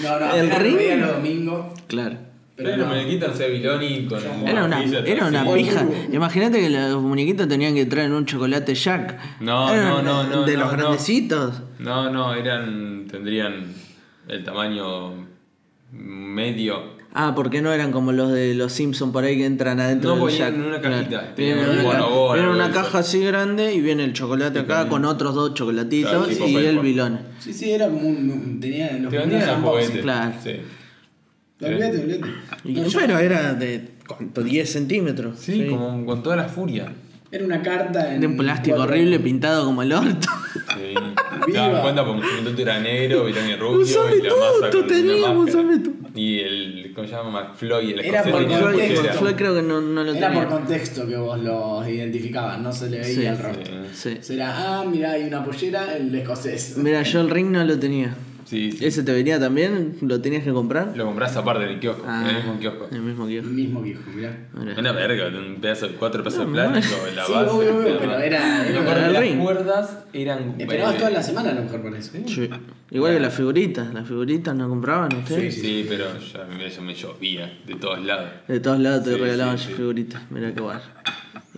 Speaker 4: No, no,
Speaker 3: El
Speaker 4: el
Speaker 3: ring.
Speaker 4: ring. los domingos,
Speaker 3: Claro.
Speaker 2: Pero
Speaker 4: pero
Speaker 2: era
Speaker 4: no.
Speaker 2: una muñequita, o sea, Biloni con.
Speaker 4: Era
Speaker 3: Era una,
Speaker 2: pastilla,
Speaker 3: era
Speaker 2: todo
Speaker 3: una
Speaker 2: así.
Speaker 4: sí.
Speaker 3: pija. Imagínate que los muñequitos tenían que traer un chocolate Jack.
Speaker 2: No,
Speaker 3: Era
Speaker 2: no, no, no,
Speaker 3: De
Speaker 2: no,
Speaker 3: los
Speaker 2: no.
Speaker 3: grandecitos.
Speaker 2: No, no, eran. Tendrían el tamaño medio.
Speaker 3: Ah, porque no eran como los de los Simpsons por ahí que entran
Speaker 2: No,
Speaker 3: adentro del
Speaker 2: ponían
Speaker 3: Jack.
Speaker 2: en una cajita, tenían
Speaker 3: Viene
Speaker 2: un
Speaker 3: una,
Speaker 2: bonobón,
Speaker 3: viene
Speaker 2: algo
Speaker 3: una
Speaker 2: de eso.
Speaker 3: caja así grande y viene el chocolate acá con, otros dos chocolatitos
Speaker 2: Claro,
Speaker 3: y
Speaker 2: tipo Pepper.
Speaker 3: el vilón.
Speaker 4: Sí, sí, era como un. un- tenía los
Speaker 2: Te
Speaker 4: primeros
Speaker 2: vendían a
Speaker 4: unboxing.
Speaker 2: juguete.
Speaker 3: claro.
Speaker 2: Sí.
Speaker 4: Olvídate, olvídate.
Speaker 3: Y-
Speaker 4: No, yo-
Speaker 3: pero era de ¿cuánto? 10 centímetros.
Speaker 2: Sí, como con toda la furia.
Speaker 4: Era una carta en
Speaker 3: De un plástico
Speaker 4: cuatro-
Speaker 3: horrible pintado como el orto.
Speaker 2: Sí. Te daban
Speaker 4: Viva.
Speaker 2: cuenta porque Milton era negro, Milton era rubio,
Speaker 3: Usame
Speaker 2: y la
Speaker 3: tú,
Speaker 2: masa
Speaker 3: tú
Speaker 2: con una
Speaker 3: tenías,
Speaker 2: máscara.
Speaker 3: usame tú.
Speaker 2: Y el, ¿cómo se llama? McFloy, el
Speaker 4: Era por
Speaker 2: escocés tenía la
Speaker 4: Floyd,
Speaker 2: pulsera.
Speaker 4: era.
Speaker 3: Floyd creo que no, no lo
Speaker 4: Era por
Speaker 3: tenía.
Speaker 4: contexto que vos los identificabas, no se le veía
Speaker 3: Sí.
Speaker 4: el rostro.
Speaker 3: Sí.
Speaker 4: Será, ah, mira, hay una pollera, el escocés.
Speaker 3: Mira, yo el ring no lo tenía.
Speaker 2: Sí, sí.
Speaker 3: ¿Ese te venía también? ¿Lo tenías que comprar?
Speaker 2: Lo compras aparte en el kiosco,
Speaker 3: Ah,
Speaker 2: en el mismo kiosco.
Speaker 3: El mismo
Speaker 4: El
Speaker 3: kiosco.
Speaker 4: mismo viejo, mirá.
Speaker 3: Mirá.
Speaker 2: Una verga, un pedazo de cuatro pedazos de
Speaker 3: No,
Speaker 2: plástico en la
Speaker 4: Sí,
Speaker 2: base.
Speaker 4: obvio, obvio,
Speaker 2: ¿no?
Speaker 4: pero era-
Speaker 2: Y me
Speaker 4: era
Speaker 2: acuerdo que
Speaker 3: el
Speaker 2: las
Speaker 3: ring.
Speaker 2: cuerdas eran.
Speaker 4: Esperabas
Speaker 2: eh,
Speaker 4: toda la semana a lo mejor con eso.
Speaker 3: Sí. Ah, Igual que las figuritas, las figuritas no compraban
Speaker 2: Sí,
Speaker 3: ustedes.
Speaker 2: sí, pero ya me, ya me llovía de todos lados.
Speaker 3: De todos lados te
Speaker 2: Sí,
Speaker 3: regalaban
Speaker 2: sí, sí.
Speaker 3: figuritas, mira qué guay.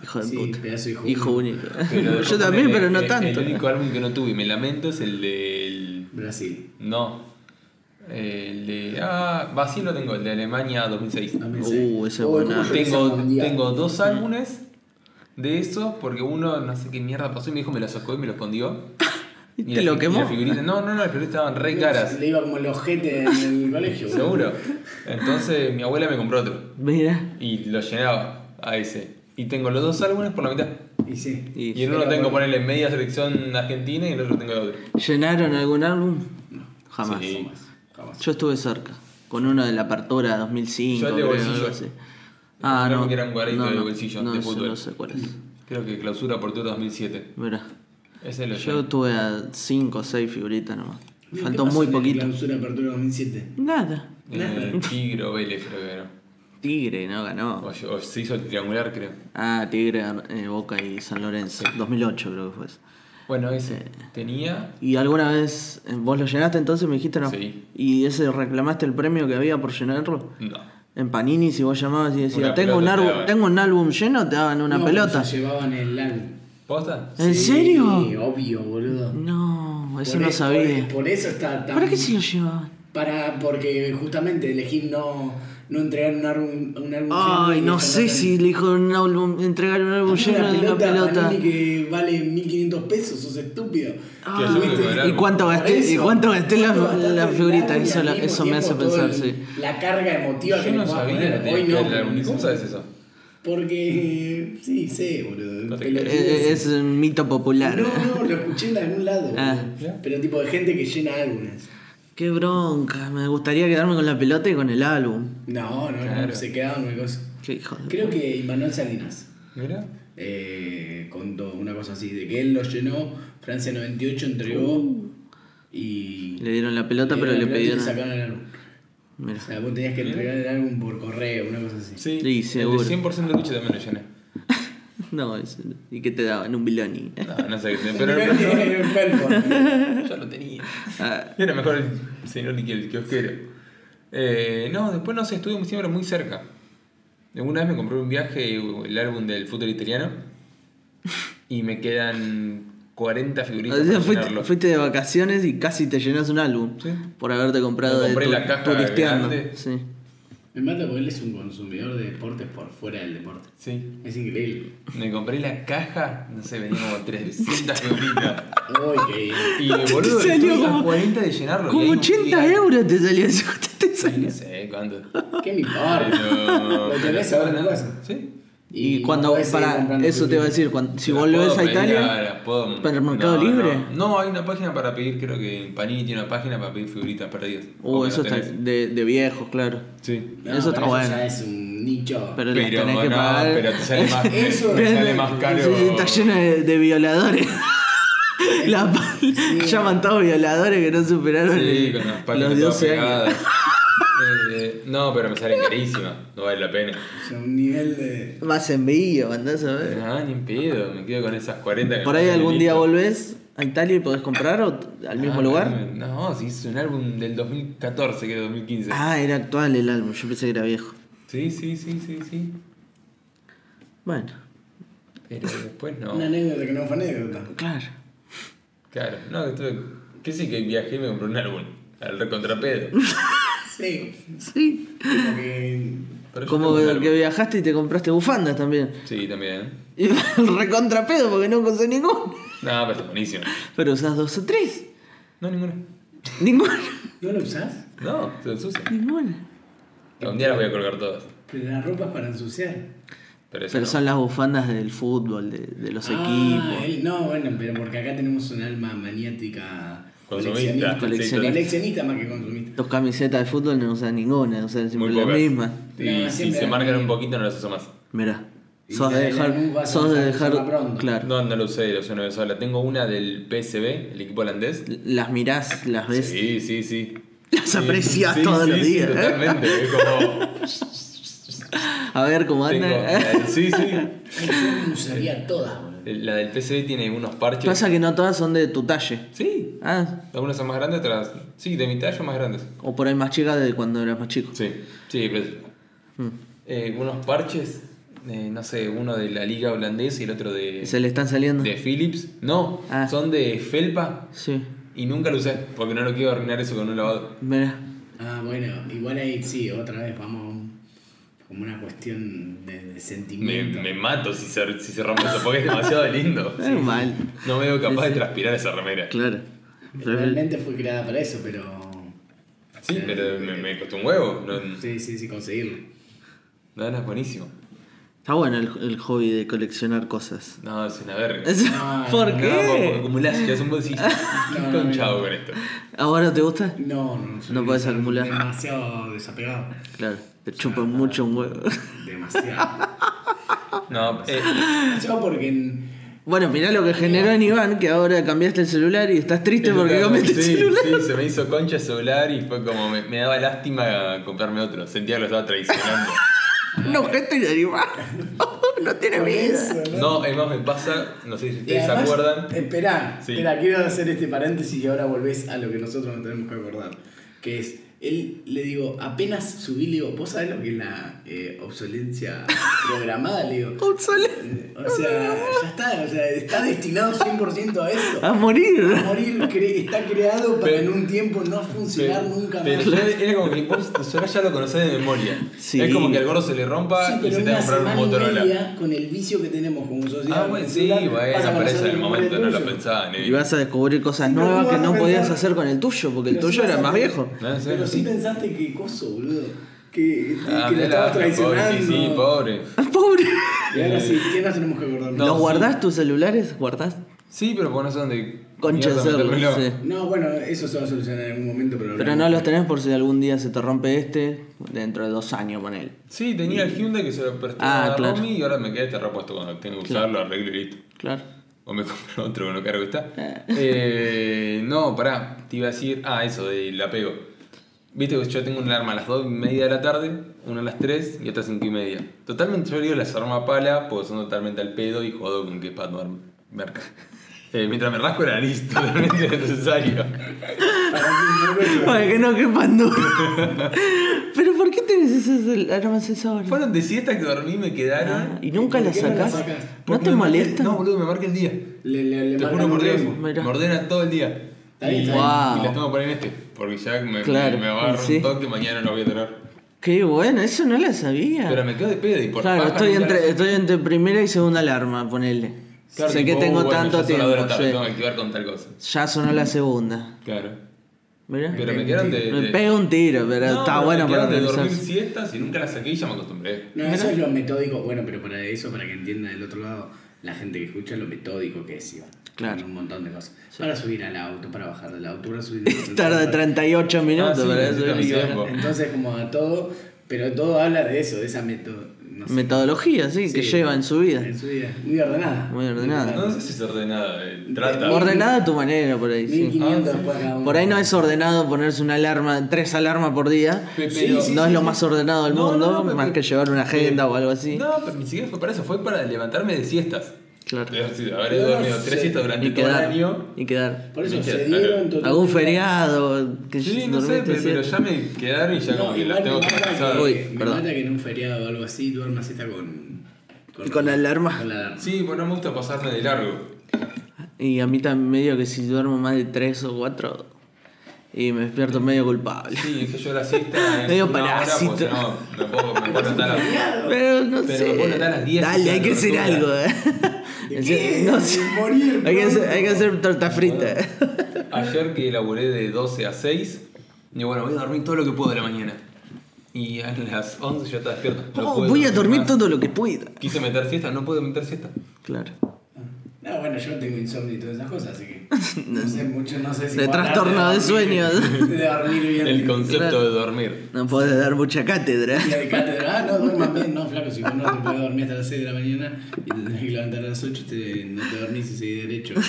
Speaker 3: Hijo de
Speaker 4: Sí,
Speaker 3: puta.
Speaker 4: pedazo de hijo
Speaker 3: único.
Speaker 2: Pero
Speaker 3: Yo también,
Speaker 2: el-
Speaker 3: pero no
Speaker 2: el-
Speaker 3: tanto.
Speaker 2: El único álbum que no tuve y me lamento es el del.
Speaker 4: Brasil.
Speaker 2: No. El de. Ah, va, sí lo tengo, el de Alemania 2006.
Speaker 4: No me sé.
Speaker 3: Uh, ese es
Speaker 4: Oh,
Speaker 3: bueno.
Speaker 4: ¿cómo yo hice
Speaker 2: Tengo,
Speaker 4: un mundial?
Speaker 2: tengo dos álbumes de esos porque uno no sé qué mierda pasó y mi hijo me lo sacó y me lo escondió.
Speaker 3: ¿Y
Speaker 2: la
Speaker 3: te lo
Speaker 2: fi-
Speaker 3: quemó?
Speaker 2: la figurita- no, no, no, las figuritas estaban re caras.
Speaker 4: Le iba como el ojete en el colegio. boludo.
Speaker 2: Seguro. Entonces mi abuela me compró otro
Speaker 3: Mira,
Speaker 2: y lo llenaba a ese. Y tengo los dos álbumes por la mitad.
Speaker 4: Y sí.
Speaker 3: Y-
Speaker 2: Y en uno
Speaker 4: Pero
Speaker 2: tengo
Speaker 4: bueno.
Speaker 2: ponerle media selección argentina y en el otro tengo el otro.
Speaker 3: ¿llenaron algún álbum? Jamás.
Speaker 2: Sí.
Speaker 4: Jamás, jamás.
Speaker 3: Yo estuve cerca, con uno de la apertura 2005.
Speaker 2: Yo el de
Speaker 3: creo,
Speaker 2: bolsillo.
Speaker 3: algo así. Ah,
Speaker 2: Creo
Speaker 3: no.
Speaker 2: que era un cuadrito
Speaker 3: no,
Speaker 2: de
Speaker 3: no,
Speaker 2: bolsillo
Speaker 3: no
Speaker 2: de
Speaker 3: sé,
Speaker 2: fútbol.
Speaker 3: No sé cuál es.
Speaker 2: Creo que clausura por 2007.
Speaker 3: Mirá.
Speaker 2: Ese lo
Speaker 3: Yo
Speaker 2: llevo.
Speaker 3: tuve a 5 o 6 figuritas nomás.
Speaker 4: Mira,
Speaker 3: Faltó
Speaker 4: ¿qué pasó
Speaker 3: muy
Speaker 4: en la
Speaker 3: poquito.
Speaker 4: Clausura apertura 2007.
Speaker 3: Nada.
Speaker 2: El Tigre o Vélez creo que era.
Speaker 3: Tigre, no ganó.
Speaker 2: O, o se hizo el triangular creo.
Speaker 3: Ah, Tigre, eh, Boca y San Lorenzo. 2008 creo que fue. eso.
Speaker 2: Bueno, ese tenía
Speaker 3: ¿Y alguna vez eh, vos lo llenaste entonces? Me dijiste no.
Speaker 2: Sí.
Speaker 3: ¿Y ese reclamaste el premio que había por llenarlo?
Speaker 2: No.
Speaker 3: En Panini, si vos llamabas y decías,
Speaker 2: Una
Speaker 3: tengo un,
Speaker 2: pelota te
Speaker 3: álbum,
Speaker 2: daban".
Speaker 3: tengo un álbum lleno, te daban una
Speaker 4: No,
Speaker 3: pelota.
Speaker 4: pero Se llevaban el álbum.
Speaker 2: ¿Posta?
Speaker 3: ¿En
Speaker 4: Sí,
Speaker 3: serio?
Speaker 4: obvio, boludo.
Speaker 3: No, eso
Speaker 4: Por
Speaker 3: no
Speaker 4: e-
Speaker 3: sabía.
Speaker 4: Por, por eso está tan.
Speaker 3: ¿Para qué se lo llevaban?
Speaker 4: Para, porque justamente elegir no, no entregar un álbum. Un álbum
Speaker 3: Ay, no sé si le dijo un álbum, entregar un álbum lleno
Speaker 4: una
Speaker 3: de una
Speaker 4: pelota,
Speaker 3: pelota.
Speaker 4: Panini que vale 1500 pesos, sos estúpido.
Speaker 2: Que es lo que
Speaker 4: ¿Viste?
Speaker 2: cobraron.
Speaker 3: ¿Y Ah, cuánto
Speaker 4: Por
Speaker 3: gasté, ¿y
Speaker 4: eso,
Speaker 3: cuánto gasté la,
Speaker 4: ¿cuánto gastaste
Speaker 3: la
Speaker 4: del
Speaker 3: figurita?
Speaker 4: álbum y
Speaker 3: Eso,
Speaker 4: al
Speaker 3: la-
Speaker 4: mismo
Speaker 3: eso me hace
Speaker 4: tiempo todo
Speaker 3: pensar,
Speaker 4: el-
Speaker 3: sí.
Speaker 4: La carga emotiva
Speaker 2: Yo
Speaker 4: que
Speaker 2: no
Speaker 4: le podés
Speaker 2: sabía
Speaker 4: poner.
Speaker 2: que tenía
Speaker 4: ¿eh? Hoy
Speaker 2: que
Speaker 4: no.
Speaker 2: hacer el
Speaker 4: pero en
Speaker 2: álbum.
Speaker 4: ese
Speaker 2: ¿Cómo sabes eso?
Speaker 4: Porque. Sí, sé, boludo.
Speaker 2: No te
Speaker 3: Eh,
Speaker 4: pelotudo.
Speaker 3: eh, Es, un mito popular.
Speaker 4: No, no, lo escuché en algún lado.
Speaker 3: Ah.
Speaker 4: boludo. Pero tipo de gente que llena álbumes.
Speaker 3: Qué bronca, me gustaría quedarme con la pelota y con el álbum.
Speaker 4: No, no,
Speaker 2: Claro.
Speaker 4: no, se quedaban una cosa.
Speaker 3: Qué hijo de-
Speaker 4: Creo que Immanuel Salinas
Speaker 2: Mira.
Speaker 4: eh, contó una cosa así, de que él lo llenó, Francia 98 entregó y...
Speaker 3: Uh. Le dieron la pelota, pero
Speaker 4: dieron
Speaker 3: le
Speaker 4: la pelota y
Speaker 3: pidieron.
Speaker 4: sacaron el álbum.
Speaker 3: Mira.
Speaker 4: O sea, vos tenías que entregar el álbum por correo, una cosa así.
Speaker 2: Sí,
Speaker 3: Sí, seguro.
Speaker 2: El de 100% de Lucho también lo llené.
Speaker 3: No, eso no. ¿y qué te daban? Un biloni.
Speaker 2: No, no sé qué tenía.
Speaker 4: Pero
Speaker 2: Pero
Speaker 4: era enfermo.
Speaker 2: no, yo lo tenía.
Speaker 3: Ah,
Speaker 2: Era mejor el señor ni que el kiosquero. Eh, no, después no sé, estuve siempre muy cerca. Una vez me compré un viaje, el álbum del fútbol italiano, y me quedan 40
Speaker 3: o
Speaker 2: figuritas.
Speaker 3: sea,
Speaker 2: para
Speaker 3: fuiste,
Speaker 2: llenarlo.
Speaker 3: fuiste de vacaciones y casi te llenas un álbum
Speaker 2: Sí.
Speaker 3: por haberte comprado
Speaker 2: Me
Speaker 3: de
Speaker 2: compré
Speaker 3: tu-
Speaker 2: la caja
Speaker 3: turisteando.
Speaker 2: grande.
Speaker 3: Sí.
Speaker 4: Me mata porque él es un consumidor de deportes por fuera del deporte.
Speaker 2: Sí.
Speaker 4: Es increíble.
Speaker 2: Me compré la caja, no sé, venía como 300 figuritas.
Speaker 4: Uy, qué bien.
Speaker 2: Y boludo,
Speaker 3: salió
Speaker 2: estuve a
Speaker 3: como-
Speaker 2: 40 de llenarlo. y
Speaker 3: Como
Speaker 2: hay un
Speaker 3: 80
Speaker 2: gigante.
Speaker 3: euros te salió eso. te
Speaker 2: Sí,
Speaker 3: salió.
Speaker 2: No sé cuánto.
Speaker 4: ¿Qué me importa?
Speaker 2: Pero.
Speaker 4: Lo tenés ahora en tu casa.
Speaker 2: Sí.
Speaker 3: Y, cuando
Speaker 4: podés seguir
Speaker 3: para
Speaker 4: comprando
Speaker 3: eso te iba a
Speaker 4: figuritas.
Speaker 3: decir, cuando- si
Speaker 2: Las
Speaker 3: vos lo
Speaker 2: puedo
Speaker 3: ves a
Speaker 2: pedir,
Speaker 3: Italia,
Speaker 2: las puedo-
Speaker 3: para el Mercado
Speaker 2: No,
Speaker 3: Libre.
Speaker 2: No. No, hay una página para pedir, creo que Panini tiene una página para pedir figuritas perdidas.
Speaker 3: Uh,
Speaker 2: O que
Speaker 3: eso
Speaker 2: no
Speaker 3: está
Speaker 2: tenés.
Speaker 3: de, de viejos, claro.
Speaker 2: Sí.
Speaker 4: No,
Speaker 3: eso está
Speaker 4: pero
Speaker 3: bueno.
Speaker 4: ya es un nicho.
Speaker 3: Pero, las
Speaker 2: Pero,
Speaker 3: tenés que
Speaker 2: no,
Speaker 3: pagar.
Speaker 2: pero te sale más,
Speaker 4: Eso-
Speaker 2: te sale más caro.
Speaker 3: Sí, sí, Está lleno de, de violadores. La pal- Llaman todos violadores que no superaron
Speaker 2: Sí,
Speaker 3: el-
Speaker 2: con las patas
Speaker 3: los
Speaker 2: todas
Speaker 3: 12 años.
Speaker 2: pegadas. Eh, no, pero me salen carísimas. No vale la pena.
Speaker 4: Es un nivel de.
Speaker 3: Más envío, andás a ver.
Speaker 2: No, Ah, ni en pedo. Me quedo con esas 40. que
Speaker 3: Por
Speaker 2: me
Speaker 3: ahí
Speaker 2: salen
Speaker 3: algún día
Speaker 2: listas.
Speaker 3: volvés a Italia y podés comprar o t- al mismo
Speaker 2: Ah,
Speaker 3: lugar.
Speaker 2: No, si es un álbum del 2014, que era 2015.
Speaker 3: Ah, era actual el álbum, yo pensé que era viejo.
Speaker 2: Sí, sí, sí, sí, sí.
Speaker 3: Bueno,
Speaker 2: Pero después no.
Speaker 4: Una anécdota que no fue anécdota.
Speaker 3: claro.
Speaker 2: Claro, no, que estuve. Que sí, que viajé y me compré un álbum. Al recontrapedo.
Speaker 4: Sí.
Speaker 3: Sí.
Speaker 4: Porque.
Speaker 2: Pero yo
Speaker 3: Como
Speaker 2: tengo un
Speaker 3: que,
Speaker 2: álbum.
Speaker 3: que viajaste y te compraste bufandas también.
Speaker 2: Sí, también.
Speaker 3: Y recontrapedo porque no conseguí ninguno.
Speaker 2: No, pero está buenísimo.
Speaker 3: Pero usás dos o tres.
Speaker 2: No, ninguna.
Speaker 3: Ninguna.
Speaker 4: ¿No lo usás?
Speaker 2: No, se ensucia.
Speaker 3: Ninguna.
Speaker 2: Un día las voy a colgar todas.
Speaker 4: Pero la ropa es para ensuciar.
Speaker 2: Pero eso.
Speaker 3: Pero
Speaker 2: no. eh.
Speaker 3: son las bufandas del fútbol, de, de los
Speaker 4: Ah,
Speaker 3: equipos.
Speaker 4: él- no, bueno, pero porque acá tenemos un alma maniática.
Speaker 2: Consumista.
Speaker 3: Coleccionista.
Speaker 4: Coleccionista más que consumista.
Speaker 3: Tus camisetas de fútbol no usas ninguna, usan
Speaker 2: Sí, Muy
Speaker 3: siempre las
Speaker 2: pocas.
Speaker 3: mismas.
Speaker 2: Y
Speaker 4: No,
Speaker 2: si
Speaker 4: siempre
Speaker 2: se
Speaker 4: las
Speaker 2: marcan
Speaker 4: mismas.
Speaker 2: un poquito, no las uso más.
Speaker 3: Mirá.
Speaker 4: Y
Speaker 3: Sos de
Speaker 4: la
Speaker 3: dejar.
Speaker 4: Lanús vas a
Speaker 3: Sos de
Speaker 4: empezar a usarla
Speaker 3: dejar.
Speaker 4: pronto.
Speaker 3: Claro.
Speaker 2: No, no lo usé de los universales. Tengo una del PSB, el equipo holandés.
Speaker 3: Las mirás, las ves.
Speaker 2: Sí, sí, sí.
Speaker 3: Las
Speaker 2: Sí,
Speaker 3: aprecias
Speaker 2: sí,
Speaker 3: todos
Speaker 2: sí,
Speaker 3: los
Speaker 2: sí,
Speaker 3: días.
Speaker 2: totalmente. Es como.
Speaker 3: A ver cómo
Speaker 2: tengo
Speaker 3: anda.
Speaker 2: la- sí, sí.
Speaker 4: Yo usaría todas, boludo.
Speaker 2: La del PSB tiene unos parches.
Speaker 3: Pasa que no todas son de tu talle.
Speaker 2: Sí.
Speaker 3: Ah,
Speaker 2: Algunas son más grandes, otras. Sí, de mi talla más grandes.
Speaker 3: o por ahí más chicas de cuando eras más chico.
Speaker 2: Sí, sí, pero. Eh, unos parches, eh, no sé, uno de la liga holandesa y el otro de.
Speaker 3: Se le están saliendo.
Speaker 2: de Philips. No,
Speaker 3: Ah.
Speaker 2: son de Felpa
Speaker 3: Sí.
Speaker 2: y nunca lo usé porque no lo quiero arruinar eso con un lavado.
Speaker 3: Mira.
Speaker 4: Ah, bueno, igual ahí sí, otra vez vamos a un- como una cuestión de, de
Speaker 2: Me,
Speaker 4: sentimiento.
Speaker 2: me mato si se, si se rompe eso porque es demasiado lindo.
Speaker 3: Es mal.
Speaker 2: No me veo capaz de transpirar esa remera.
Speaker 3: Claro.
Speaker 4: Realmente fue creada para eso, pero.
Speaker 2: Sí, pero me, me costó un huevo. No,
Speaker 4: Sí, sí, sí, conseguirlo.
Speaker 2: no, no, es buenísimo.
Speaker 3: Está bueno el, el hobby de coleccionar cosas.
Speaker 2: No, es una verga.
Speaker 3: Es-
Speaker 4: Ah, No,
Speaker 3: ¿Por
Speaker 2: No, porque
Speaker 3: qué?
Speaker 2: acumulás, ya es un bolsillo.
Speaker 4: no, no.
Speaker 2: conchado con esto.
Speaker 3: ¿Ahora te gusta?
Speaker 4: No, no, yo
Speaker 3: No podés
Speaker 4: soy
Speaker 3: acumular.
Speaker 4: Demasiado desapegado.
Speaker 3: Claro. Te chupan mucho un huevo.
Speaker 4: Demasiado.
Speaker 2: No, eh,
Speaker 4: Demasiado porque. en-
Speaker 3: Bueno, mirá lo que generó en Iván, que ahora cambiaste el celular y estás triste Este, porque cambiaste
Speaker 2: sí,
Speaker 3: el celular.
Speaker 2: Sí, se me hizo concha el celular y fue como me, me daba lástima comprarme otro. Sentía que lo estaba traicionando.
Speaker 3: No, gente de Iván. No tiene
Speaker 4: con
Speaker 3: vida.
Speaker 4: eso, ¿no?
Speaker 2: No, es más, me pasa, no sé si
Speaker 4: Y
Speaker 2: ustedes se
Speaker 4: además,
Speaker 2: acuerdan.
Speaker 4: Esperá,
Speaker 2: Sí.
Speaker 4: esperá, quiero hacer este paréntesis y ahora volvés a lo que nosotros no tenemos que acordar. Que es, él le digo, apenas subí, le digo, ¿vos sabés lo que es la eh, obsolencia programada? Le digo,
Speaker 3: Un solo.
Speaker 4: o sea, ya está, o sea, está destinado 100% a eso.
Speaker 3: A morir.
Speaker 4: A morir cre- está creado para en un tiempo no funcionar
Speaker 2: Pero-
Speaker 4: nunca
Speaker 2: pero
Speaker 4: más.
Speaker 2: yo era como que vos Soraya ya lo conocés de memoria.
Speaker 3: Sí.
Speaker 2: Es como que al gordo se le rompa
Speaker 4: Sí,
Speaker 2: y
Speaker 4: pero
Speaker 2: se te va
Speaker 4: una
Speaker 2: a comprar un
Speaker 4: semana y
Speaker 2: Motorola.
Speaker 4: media con el vicio que tenemos como sociedad.
Speaker 2: Ah, bueno, sí,
Speaker 4: celular, vas
Speaker 2: bueno,
Speaker 4: a
Speaker 2: pero
Speaker 4: conocer
Speaker 2: eso en el
Speaker 4: nombre
Speaker 2: momento no lo
Speaker 4: tuyo.
Speaker 2: pensaba,
Speaker 3: Y
Speaker 2: ni.
Speaker 3: vas a descubrir cosas
Speaker 4: Sí, pero
Speaker 3: nuevas
Speaker 4: no
Speaker 3: que
Speaker 4: vas a
Speaker 3: no podías
Speaker 4: pensar-
Speaker 3: hacer con el tuyo, porque el
Speaker 4: Pero sí
Speaker 3: tuyo era
Speaker 4: vas a
Speaker 3: más
Speaker 4: tener-
Speaker 3: viejo.
Speaker 2: No, sí.
Speaker 4: Pero sí pensaste que coso, boludo. Que,
Speaker 2: Ah,
Speaker 4: que lo
Speaker 2: mirá,
Speaker 4: estabas
Speaker 2: pobre,
Speaker 4: traicionando.
Speaker 2: sí, pobre.
Speaker 3: Pobre.
Speaker 4: Y ahora sí, ¿qué nos tenemos que acordar?
Speaker 2: No.
Speaker 3: ¿Los
Speaker 2: sí.
Speaker 3: guardás tus celulares? ¿Guardás?
Speaker 2: Sí, pero porque no sé dónde.
Speaker 3: Concha de
Speaker 2: mierda
Speaker 3: cerdo,
Speaker 2: metérmelo.
Speaker 3: sí.
Speaker 4: No, bueno, eso se va a solucionar en algún momento, pero.
Speaker 3: Pero no los tenés por si algún día se te rompe este, dentro de dos años con él.
Speaker 2: Sí, tenía el Hyundai que se lo presté
Speaker 3: Ah,
Speaker 2: a
Speaker 3: claro.
Speaker 2: Romy y ahora me queda este repuesto cuando tengo que usarlo, arreglo y listo.
Speaker 3: Claro.
Speaker 2: O me compro otro con lo caro que está.
Speaker 3: Ah.
Speaker 2: Eh, no, pará, te iba a decir. Ah, eso, del apego. Viste que yo tengo una alarma a las 2 y media de la tarde, una a las 3 y otra a 5 y media. Totalmente yo digo las armo a pala porque son totalmente al pedo y jodo con que es para tomar merca. Eh, mientras me rasco la nariz, totalmente necesario.
Speaker 3: Para que no quepan dudas. Pero ¿por qué tenés esas cel- armas esa hora?
Speaker 2: Fueron de siesta que dormí, me quedaron.
Speaker 3: Ah, ¿Y nunca las
Speaker 4: ¿Por qué no las
Speaker 3: sacás?
Speaker 4: sacás?
Speaker 3: ¿No
Speaker 2: Porque
Speaker 3: te
Speaker 2: me marca-
Speaker 3: molesta?
Speaker 2: No, boludo, me marca el día.
Speaker 4: Le, le, le
Speaker 2: Te juro
Speaker 4: mandamos
Speaker 2: por Dios,
Speaker 4: remo.
Speaker 3: Mirá.
Speaker 2: me ordena todo el día.
Speaker 4: Está bien, está bien.
Speaker 3: Guau.
Speaker 2: Y las tengo que poner en este, porque ya me,
Speaker 3: Claro,
Speaker 2: me, me agarro
Speaker 3: sí.
Speaker 2: un toque mañana no voy a tener.
Speaker 3: Qué bueno, eso no la sabía.
Speaker 2: Pero me quedo de pedo y por
Speaker 3: claro,
Speaker 2: paja
Speaker 3: estoy
Speaker 2: nunca
Speaker 3: entre,
Speaker 2: las-
Speaker 3: estoy entre primera y segunda alarma, ponele.
Speaker 2: Claro,
Speaker 3: sé que
Speaker 2: tipo,
Speaker 3: tengo
Speaker 2: bueno,
Speaker 3: tanto
Speaker 2: ya son las
Speaker 3: tiempo.
Speaker 2: dos de la tarde,
Speaker 3: sí.
Speaker 2: Tengo que activar con tal cosa.
Speaker 3: Ya sonó la segunda.
Speaker 2: Claro.
Speaker 3: Mirá.
Speaker 2: Pero me quedaron de.
Speaker 3: me
Speaker 2: de-
Speaker 3: pego un tiro, pero
Speaker 2: No,
Speaker 3: está
Speaker 2: pero me
Speaker 3: bueno para
Speaker 2: quedaron de dormir
Speaker 3: organizarse.
Speaker 2: siestas y nunca las saqué y ya me acostumbré.
Speaker 4: No, eso es lo metódico. Bueno, pero para eso, para que entienda del otro lado, la gente que escucha lo metódico que es, Iván.
Speaker 3: Claro.
Speaker 4: Con Un montón de cosas. Para subir al auto, para bajar del auto, para subir al
Speaker 3: Tarda 38 minutos
Speaker 2: Ah, sí,
Speaker 3: para
Speaker 2: necesito
Speaker 3: eso.
Speaker 2: mi
Speaker 3: y ahora-
Speaker 2: tiempo.
Speaker 4: Entonces, como a todo, pero todo habla de eso, de esa meto... no sé.
Speaker 3: Metodología, sí, que
Speaker 4: Sí,
Speaker 3: lleva en su vida.
Speaker 4: En su vida. Muy ordenada.
Speaker 3: Muy ordenada.
Speaker 2: No sé si es ordenada, eh, trata.
Speaker 4: Borde-
Speaker 3: Ordenada a tu manera por ahí, sí.
Speaker 4: 1500 después cada uno.
Speaker 3: Por ahí no es ordenado ponerse una alarma, tres alarmas por día.
Speaker 2: Pe-
Speaker 3: Sí,
Speaker 2: pero-
Speaker 3: no
Speaker 2: sí,
Speaker 3: es
Speaker 2: sí,
Speaker 3: lo
Speaker 2: sí.
Speaker 3: más ordenado del
Speaker 2: No,
Speaker 3: mundo,
Speaker 2: no, no,
Speaker 3: más
Speaker 2: pero-
Speaker 3: que llevar una agenda
Speaker 2: Eh,
Speaker 3: o algo así.
Speaker 2: No, pero ni siquiera fue para eso, fue para levantarme de siestas.
Speaker 3: Claro.
Speaker 2: Debo decir, Habré
Speaker 4: No,
Speaker 2: dormido
Speaker 4: sí.
Speaker 2: tres siestas durante
Speaker 3: Y
Speaker 2: todo el
Speaker 3: quedar.
Speaker 2: año.
Speaker 3: Y quedar.
Speaker 4: Por eso
Speaker 2: Viste,
Speaker 4: se
Speaker 2: claro.
Speaker 4: dieron total-
Speaker 3: Algún feriado. Que
Speaker 2: Sí, no sé,
Speaker 3: dormiste
Speaker 2: pero, pero
Speaker 3: siesta.
Speaker 2: ya me quedaron y ya
Speaker 4: No,
Speaker 2: como que
Speaker 4: igual
Speaker 2: las tengo
Speaker 4: me
Speaker 2: que
Speaker 4: mata
Speaker 2: pensar.
Speaker 4: que-
Speaker 3: Uy,
Speaker 4: me
Speaker 3: perdón.
Speaker 4: mata que en un feriado o algo así duermas esta con.
Speaker 3: Con la alarma.
Speaker 4: Con la alarma.
Speaker 2: Sí, pues no me gusta pasarme de largo.
Speaker 3: Y a mí también medio que si duermo más de tres o cuatro y me despierto medio culpable.
Speaker 2: Sí, es que yo la siesta es
Speaker 3: Medio
Speaker 2: una hora,
Speaker 3: parásito.
Speaker 2: pues, no, me puedo, me puedo levantar a las-
Speaker 3: Pero no
Speaker 2: Pero
Speaker 3: sé.
Speaker 2: me puedo levantar a las 10
Speaker 3: Dale,
Speaker 2: y
Speaker 3: hay que
Speaker 2: hacer
Speaker 3: hacer
Speaker 2: la
Speaker 3: algo, eh.
Speaker 4: ¿De
Speaker 3: En
Speaker 4: qué?
Speaker 3: serio, no sé.
Speaker 4: De morir
Speaker 3: Hay que hacer,
Speaker 4: pronto.
Speaker 3: hay que hacer torta frita.
Speaker 2: Ayer que laburé de 12 a 6, digo, bueno, voy a dormir todo lo que puedo de la mañana. Y a las 11 ya está despierto. No
Speaker 3: Oh,
Speaker 2: puedo
Speaker 3: voy a dormir
Speaker 2: más.
Speaker 3: todo lo que pueda.
Speaker 2: Quise meter siesta, no puedo meter siesta.
Speaker 3: Claro.
Speaker 4: Ah, No, bueno, yo tengo insomnio y todas esas cosas, así que. No sé mucho, no sé si.
Speaker 3: De
Speaker 4: puedo hablar
Speaker 3: trastorno de
Speaker 4: dormir-
Speaker 3: sueño.
Speaker 4: De dormir bien.
Speaker 2: El concepto de dormir.
Speaker 3: No puedes dar mucha cátedra.
Speaker 4: Y de cátedra, ah, no, duermas bien, no, flaco, si vos no te podés dormir hasta las 6 de la mañana y te tenés que levantar a las 8, te, no te dormís y seguís derecho. ¿no?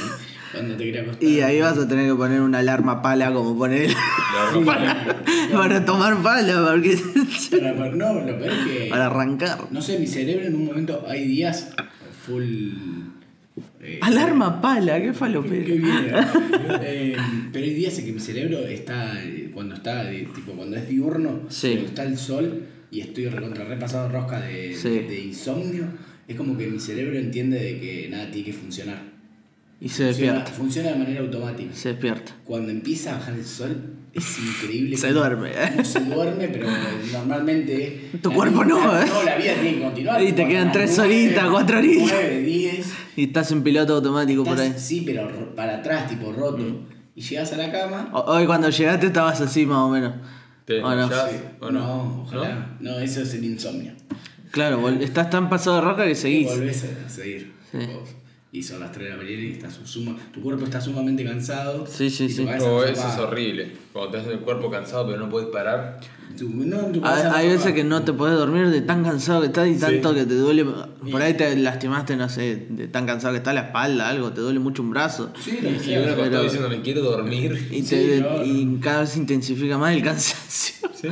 Speaker 4: Cuando te quería acostar.
Speaker 3: Y ahí vas a tener que poner una alarma pala como poner
Speaker 2: La ropa.
Speaker 3: para tomar pala, porque
Speaker 4: Para- para- no, lo peor es que.
Speaker 3: para arrancar.
Speaker 4: No sé, mi cerebro en un momento hay días full. eh,
Speaker 3: Alarma pala, qué
Speaker 4: Qué
Speaker 3: falopero.
Speaker 4: bien, eh, pero hay días en que mi cerebro está, eh, cuando está, eh, tipo, cuando es diurno,
Speaker 3: Sí.
Speaker 4: cuando está el sol y estoy recontra repasado rosca de,
Speaker 3: Sí.
Speaker 4: de insomnio, es como que mi cerebro entiende de que nada tiene que funcionar.
Speaker 3: Y se
Speaker 4: Funciona,
Speaker 3: despierta.
Speaker 4: funciona de manera automática.
Speaker 3: Se despierta.
Speaker 4: Cuando empieza a bajar el sol, es increíble.
Speaker 3: Se
Speaker 4: cómo-
Speaker 3: duerme, ¿eh?
Speaker 4: cómo se duerme, pero normalmente.
Speaker 3: Tu
Speaker 4: la
Speaker 3: cuerpo
Speaker 4: vida-
Speaker 3: no, ¿eh?
Speaker 4: No, la vida tiene que continuar.
Speaker 3: Y te
Speaker 4: tipo,
Speaker 3: quedan
Speaker 4: a las
Speaker 3: tres
Speaker 4: nueve,
Speaker 3: horitas, cuatro horitas.
Speaker 4: nueve, diez.
Speaker 3: Y estás en piloto automático por ahí. Mm.
Speaker 4: Estás- sí, pero ro- para atrás, tipo roto. Y llegas a la cama.
Speaker 3: O- Hoy cuando llegaste estabas así más o menos.
Speaker 2: Te
Speaker 3: Ah, ¿O no?
Speaker 2: desmayás.
Speaker 4: no,
Speaker 2: ¿O no?
Speaker 4: ojalá. ¿No? eso es el insomnio.
Speaker 3: Claro, vol- estás tan pasado de roca que
Speaker 4: Y
Speaker 3: seguís.
Speaker 4: volvés a a seguir.
Speaker 3: Sí.
Speaker 4: Y son las 3 de la mañana y estás suma, tu cuerpo está sumamente cansado.
Speaker 3: Sí, sí,
Speaker 4: y tu
Speaker 3: sí. Oh,
Speaker 4: cabeza
Speaker 2: No,
Speaker 4: no
Speaker 2: eso
Speaker 4: va.
Speaker 2: es horrible. Cuando tenés el cuerpo cansado pero no podés parar.
Speaker 4: Tu- no, tu
Speaker 3: Hay,
Speaker 4: cabeza no
Speaker 3: hay
Speaker 4: va.
Speaker 3: veces que no te podés dormir de tan cansado que estás y tanto que te duele. Por ahí te lastimaste, no sé, de tan cansado que está la espalda, algo, te duele mucho un brazo.
Speaker 4: Sí, lo que
Speaker 2: Y
Speaker 4: sea.
Speaker 2: uno
Speaker 3: pero-
Speaker 2: acostado diciendo me quiero dormir.
Speaker 3: Y,
Speaker 4: Sí,
Speaker 3: te-
Speaker 4: claro.
Speaker 3: y cada vez se intensifica más el cansancio.
Speaker 2: Sí.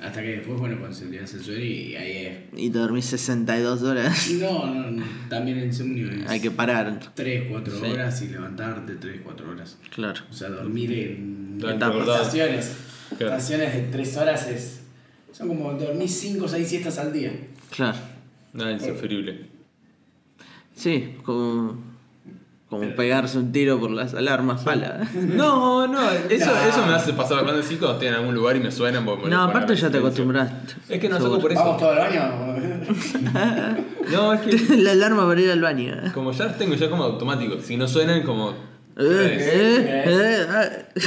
Speaker 4: Hasta que después, bueno, consolidás el sueño y ahí es.
Speaker 3: Y te dormís 62 horas.
Speaker 4: No, no, no, también el insomnio es.
Speaker 3: Hay que parar.
Speaker 4: 3, 4
Speaker 3: Sí.
Speaker 4: horas y levantarte 3, 4 horas.
Speaker 3: Claro.
Speaker 4: O sea, dormir en
Speaker 2: Claro,
Speaker 4: en
Speaker 2: verdad.
Speaker 4: estaciones.
Speaker 2: Claro.
Speaker 4: Estaciones de 3 horas es. Son como dormir 5 o 6 siestas al día.
Speaker 3: Claro.
Speaker 2: No, es insufrible.
Speaker 3: Sí, como, como pegarse un tiro por las alarmas pala.
Speaker 2: No, no, eso,
Speaker 4: No.
Speaker 2: eso me hace pasar cuando sí cuando estoy en algún lugar y me suenan porque me
Speaker 3: No,
Speaker 2: lo ponen
Speaker 3: aparte
Speaker 2: en
Speaker 3: ya te
Speaker 2: silencio.
Speaker 3: acostumbraste.
Speaker 2: Es que no
Speaker 3: Seguro.
Speaker 2: saco por
Speaker 4: Vamos
Speaker 2: eso.
Speaker 4: todo al baño.
Speaker 2: No, es que
Speaker 3: La alarma para ir al baño.
Speaker 2: como ya los tengo ya como automático. Si no suenan como.
Speaker 3: Eh, eh, eh, ah.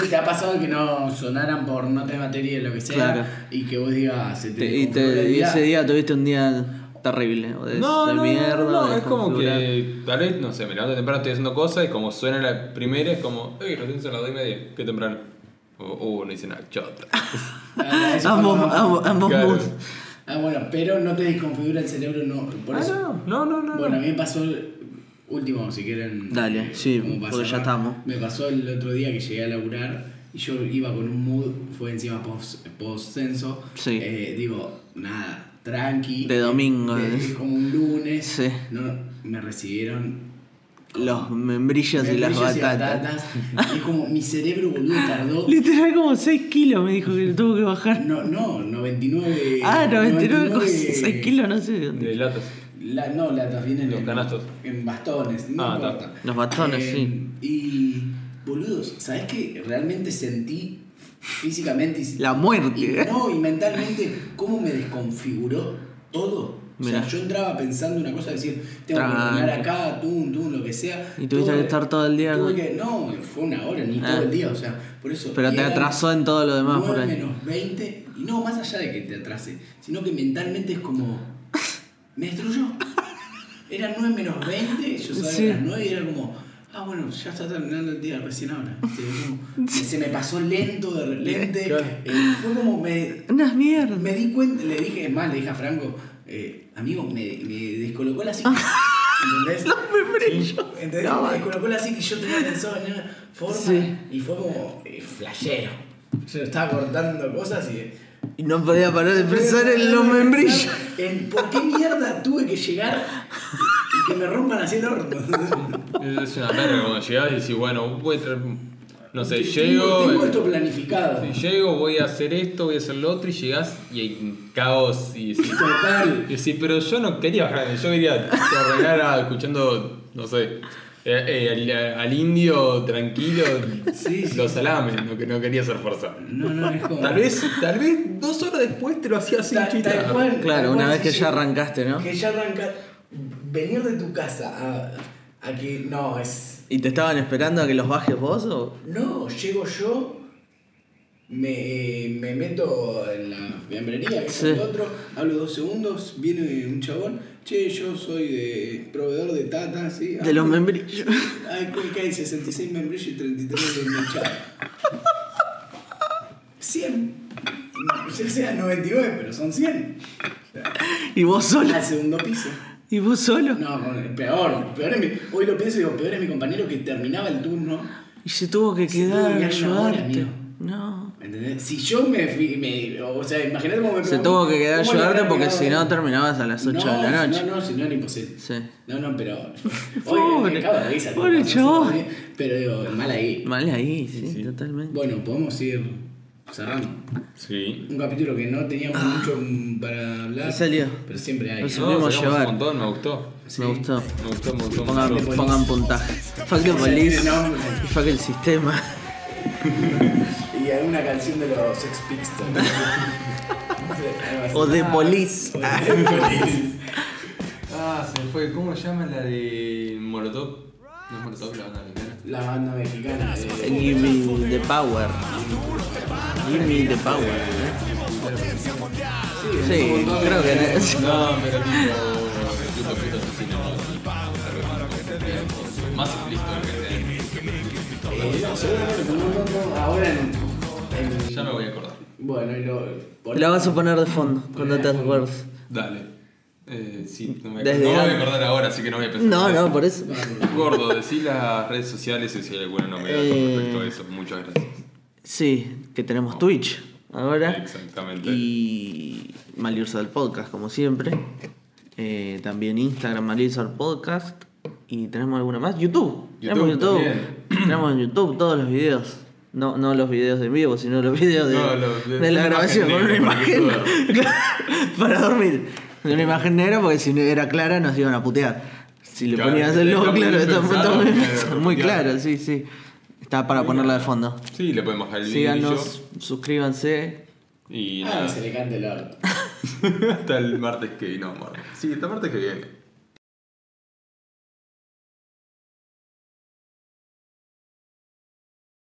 Speaker 4: ¿Te ha pasado que no sonaran por no tener batería o lo que sea?
Speaker 3: Claro.
Speaker 4: Y que vos digas, "Ah, se te.
Speaker 3: Te- y,
Speaker 4: configuró el
Speaker 3: te- y
Speaker 4: día?
Speaker 3: ese día tuviste un día terrible. O de,
Speaker 2: No, no,
Speaker 3: de
Speaker 2: no,
Speaker 3: mierda.
Speaker 2: no,
Speaker 3: de
Speaker 2: es como
Speaker 3: configurar.
Speaker 2: que tal vez, no sé, me levanto temprano, estoy haciendo cosas y como suena la primera es como, ¡Ey, recién son las dos y media! ¡Qué temprano! O, ¡Uh, no hice nada! ¡Chota!
Speaker 4: Ah, eso
Speaker 3: Ambos,
Speaker 4: cuando-
Speaker 3: ambos, ambos
Speaker 2: Claro.
Speaker 3: moods.
Speaker 4: Ah, bueno, pero no te desconfigura el cerebro, no. Por
Speaker 2: Ah,
Speaker 4: eso.
Speaker 2: no, no, no, no.
Speaker 4: Bueno, a mí me pasó. Último, si quieren.
Speaker 3: Dale,
Speaker 4: eh,
Speaker 3: sí,
Speaker 4: como para
Speaker 3: porque ya
Speaker 4: cerrar.
Speaker 3: estamos.
Speaker 4: Me pasó el otro día que llegué a laburar y yo iba con un mood, fue encima post- post-censo.
Speaker 3: Sí.
Speaker 4: Eh, digo, nada, tranqui.
Speaker 3: De domingo,
Speaker 4: De-
Speaker 3: eh.
Speaker 4: como un lunes.
Speaker 3: Sí.
Speaker 4: No, me recibieron.
Speaker 3: Los membrillos y las
Speaker 4: membrillos y
Speaker 3: batatas.
Speaker 4: batatas. Y es como mi cerebro, boludo, tardó.
Speaker 3: Literal como 6 kilos me dijo que le tuvo que bajar.
Speaker 4: No, no, 99.
Speaker 3: Ah, 99,6 kilos, no sé de dónde.
Speaker 2: De latas.
Speaker 4: La, no, latas vienen
Speaker 2: Los
Speaker 4: en-
Speaker 2: canastos.
Speaker 4: En bastones, no
Speaker 2: Ah,
Speaker 4: importa.
Speaker 3: los bastones,
Speaker 4: sí. Y, boludos, ¿sabés qué? Realmente sentí físicamente y,
Speaker 3: La muerte.
Speaker 4: y- no, y mentalmente cómo me desconfiguró todo. O
Speaker 3: Mirá.
Speaker 4: sea, yo entraba pensando una cosa, decir, tengo que
Speaker 3: Tranqui.
Speaker 4: ordenar acá, tú, tú, lo que sea.
Speaker 3: Y tuviste que estar todo el día,
Speaker 4: tuve
Speaker 3: ¿no?
Speaker 4: que- no, fue una hora, ni
Speaker 3: Ah.
Speaker 4: todo el día, o sea, por eso.
Speaker 3: Pero
Speaker 4: y
Speaker 3: te
Speaker 4: eran-
Speaker 3: atrasó en todo lo demás por
Speaker 4: 9
Speaker 3: ahí.
Speaker 4: menos 20, y no más allá de que te atrase, sino que mentalmente es como. Me destruyó. Era 9 menos 20, yo sabía
Speaker 3: Sí.
Speaker 4: las 9 y era como. Ah, bueno, ya está terminando el día recién ahora. Se, como- se me pasó lento de repente.
Speaker 2: Claro.
Speaker 4: eh, fue como me,
Speaker 3: Unas mierdas.
Speaker 4: me di cuenta, le dije, es más, le dije a Franco, eh, amigo, me, me descolocó la psique. ¿Entendés? ¿Entendés? me descolocó la psique y yo tenía pensado en una forma
Speaker 3: Sí.
Speaker 4: y fue como eh, flashero. Yo estaba cortando cosas y. eh,
Speaker 3: Y no podía parar de pensar en los
Speaker 4: Pensar
Speaker 3: membrillos.
Speaker 4: en por qué mierda tuve que llegar y que me rompan así el orto.
Speaker 2: Es es una perra cuando llegás y decís, bueno, voy a traer- No sé,
Speaker 4: Tengo-
Speaker 2: llego.
Speaker 4: Tengo
Speaker 2: eh,
Speaker 4: esto planificado.
Speaker 2: sí, llego, voy a hacer esto, voy a hacer lo otro y llegás y hay caos y decís,
Speaker 4: Total.
Speaker 2: y decís, pero yo no quería bajar, yo quería arreglar a- escuchando, no sé, eh, eh, al, al indio tranquilo
Speaker 4: Sí, sí.
Speaker 2: los salames, no, que- no quería hacer fuerza.
Speaker 4: No, no, es como.
Speaker 2: Tal vez, tal vez dos horas después te lo hacía así,
Speaker 4: Ta-
Speaker 2: chita.
Speaker 4: tal cual,
Speaker 3: Claro,
Speaker 4: tal
Speaker 3: una
Speaker 4: cual,
Speaker 3: vez que
Speaker 4: sí,
Speaker 3: ya
Speaker 4: sí.
Speaker 3: arrancaste, ¿no?
Speaker 4: Que ya arranca Venir de tu casa a, a que. No, es.
Speaker 3: ¿Y te estaban esperando a que los bajes vos o?
Speaker 4: No, llego yo, me, eh, me meto en la fiambrería, que es
Speaker 3: Sí.
Speaker 4: el otro, hablo dos segundos, viene un chabón, Che, yo soy de proveedor de Tata, ¿sí?
Speaker 3: De los membrillos.
Speaker 4: Ay, ¿qué hay? 66 membrillos y 33 de mechado. 100. Ya sea 99, pero son 100.
Speaker 3: Y vos solo.
Speaker 4: Al segundo piso.
Speaker 3: Y vos solo.
Speaker 4: No, bueno, peor. peor es mi- hoy lo pienso y digo, peor es mi compañero que terminaba el turno.
Speaker 3: Y se tuvo que
Speaker 4: Se
Speaker 3: quedar
Speaker 4: tuvo
Speaker 3: a
Speaker 4: que quedar una hora,
Speaker 3: ayudarte.
Speaker 4: amigo.
Speaker 3: No.
Speaker 4: ¿Entendés? Si yo me, fui- me- O sea, imagínate cómo me
Speaker 3: Se tuvo que quedar a
Speaker 4: cómo le
Speaker 3: ayudarte
Speaker 4: habrá
Speaker 3: porque
Speaker 4: pegado
Speaker 3: si
Speaker 4: el-
Speaker 3: no terminabas a las 8
Speaker 4: no,
Speaker 3: de la
Speaker 4: si
Speaker 3: noche.
Speaker 4: No, no, si no era imposible.
Speaker 3: Sí.
Speaker 4: No, no, pero. hoy
Speaker 3: Pobre,
Speaker 4: me cago de risa,
Speaker 3: pobre
Speaker 4: no sé
Speaker 3: chabón.
Speaker 4: por qué, Pero digo, mal ahí.
Speaker 3: Mal ahí, sí, totalmente.
Speaker 4: Bueno, podemos ir cerrando.
Speaker 2: Sí.
Speaker 4: Un capítulo que no teníamos mucho mm, para hablar.
Speaker 3: Ah. Y salió.
Speaker 4: Pero siempre hay. ¿eh?
Speaker 3: Lo Nos
Speaker 4: ¿no?
Speaker 3: vamos a
Speaker 2: sacamos
Speaker 3: llevar.
Speaker 2: un montón, me gustó.
Speaker 4: Sí.
Speaker 3: Me gustó.
Speaker 2: Me gustó, me gustó.
Speaker 3: Pongan,
Speaker 2: mucho.
Speaker 3: pongan puntaje. Fuck the police. Y fuck el sistema.
Speaker 4: Y alguna canción de los Sex Pistols.
Speaker 3: O de police.
Speaker 4: Ah, feliz.
Speaker 2: Ah, se me fue. ¿Cómo se llama la de Molotov? No es Molotov, la banda mexicana.
Speaker 4: La banda mexicana. eh,
Speaker 3: Give me the power. Give me the power. ¿eh? Sí, creo que es.
Speaker 2: No, pero tipo. Puto puto asesino. Más explícito que
Speaker 4: eh, no, seguramente, no, no, no, Ahora en.
Speaker 2: sea.
Speaker 4: en-
Speaker 2: Ya me voy a acordar.
Speaker 4: Bueno, y lo. por-
Speaker 3: La vas a poner de fondo cuando te acuerdes.
Speaker 2: Dale. Eh, sí, no me,
Speaker 3: Desde
Speaker 2: no me voy a
Speaker 3: antes.
Speaker 2: acordar ahora, así que no voy a pensar.
Speaker 3: No,
Speaker 2: en eso.
Speaker 3: no, por eso.
Speaker 2: Gordo, decí las redes sociales y si hay alguna novedad
Speaker 3: Eh.
Speaker 2: con respecto a eso. Muchas gracias.
Speaker 3: Sí, que tenemos Twitch ahora.
Speaker 2: Exactamente.
Speaker 3: Y Malirsal Podcast, como siempre. Eh, también Instagram, Malirsal Podcast. Y tenemos alguna más. YouTube. tenemos
Speaker 2: YouTube
Speaker 3: YouTube. Tenemos en YouTube todos los videos. No, no los videos de en vivo, sino los videos de,
Speaker 2: No, los de-
Speaker 3: de la
Speaker 2: una
Speaker 3: grabación con una
Speaker 2: imagen
Speaker 3: imagen.
Speaker 2: negra,
Speaker 3: Claro, para dormir. De una imagen negra, porque si no era clara nos iban a putear. Si le
Speaker 2: Claro,
Speaker 3: ponías el
Speaker 2: está
Speaker 3: logo
Speaker 2: muy
Speaker 3: claro,
Speaker 2: bien
Speaker 3: está
Speaker 2: pensado,
Speaker 3: muy,
Speaker 2: claro,
Speaker 3: muy
Speaker 2: putear.
Speaker 3: claro, sí, sí. Está para ponerla de fondo.
Speaker 2: Sí, le podemos bajar el
Speaker 3: Síganos, suscríbanse.
Speaker 2: brillo. Y
Speaker 4: Ah,
Speaker 2: nada.
Speaker 4: se le canta el orto.
Speaker 3: Ah.
Speaker 2: Hasta el martes que viene, amor. Sí, hasta el martes que viene.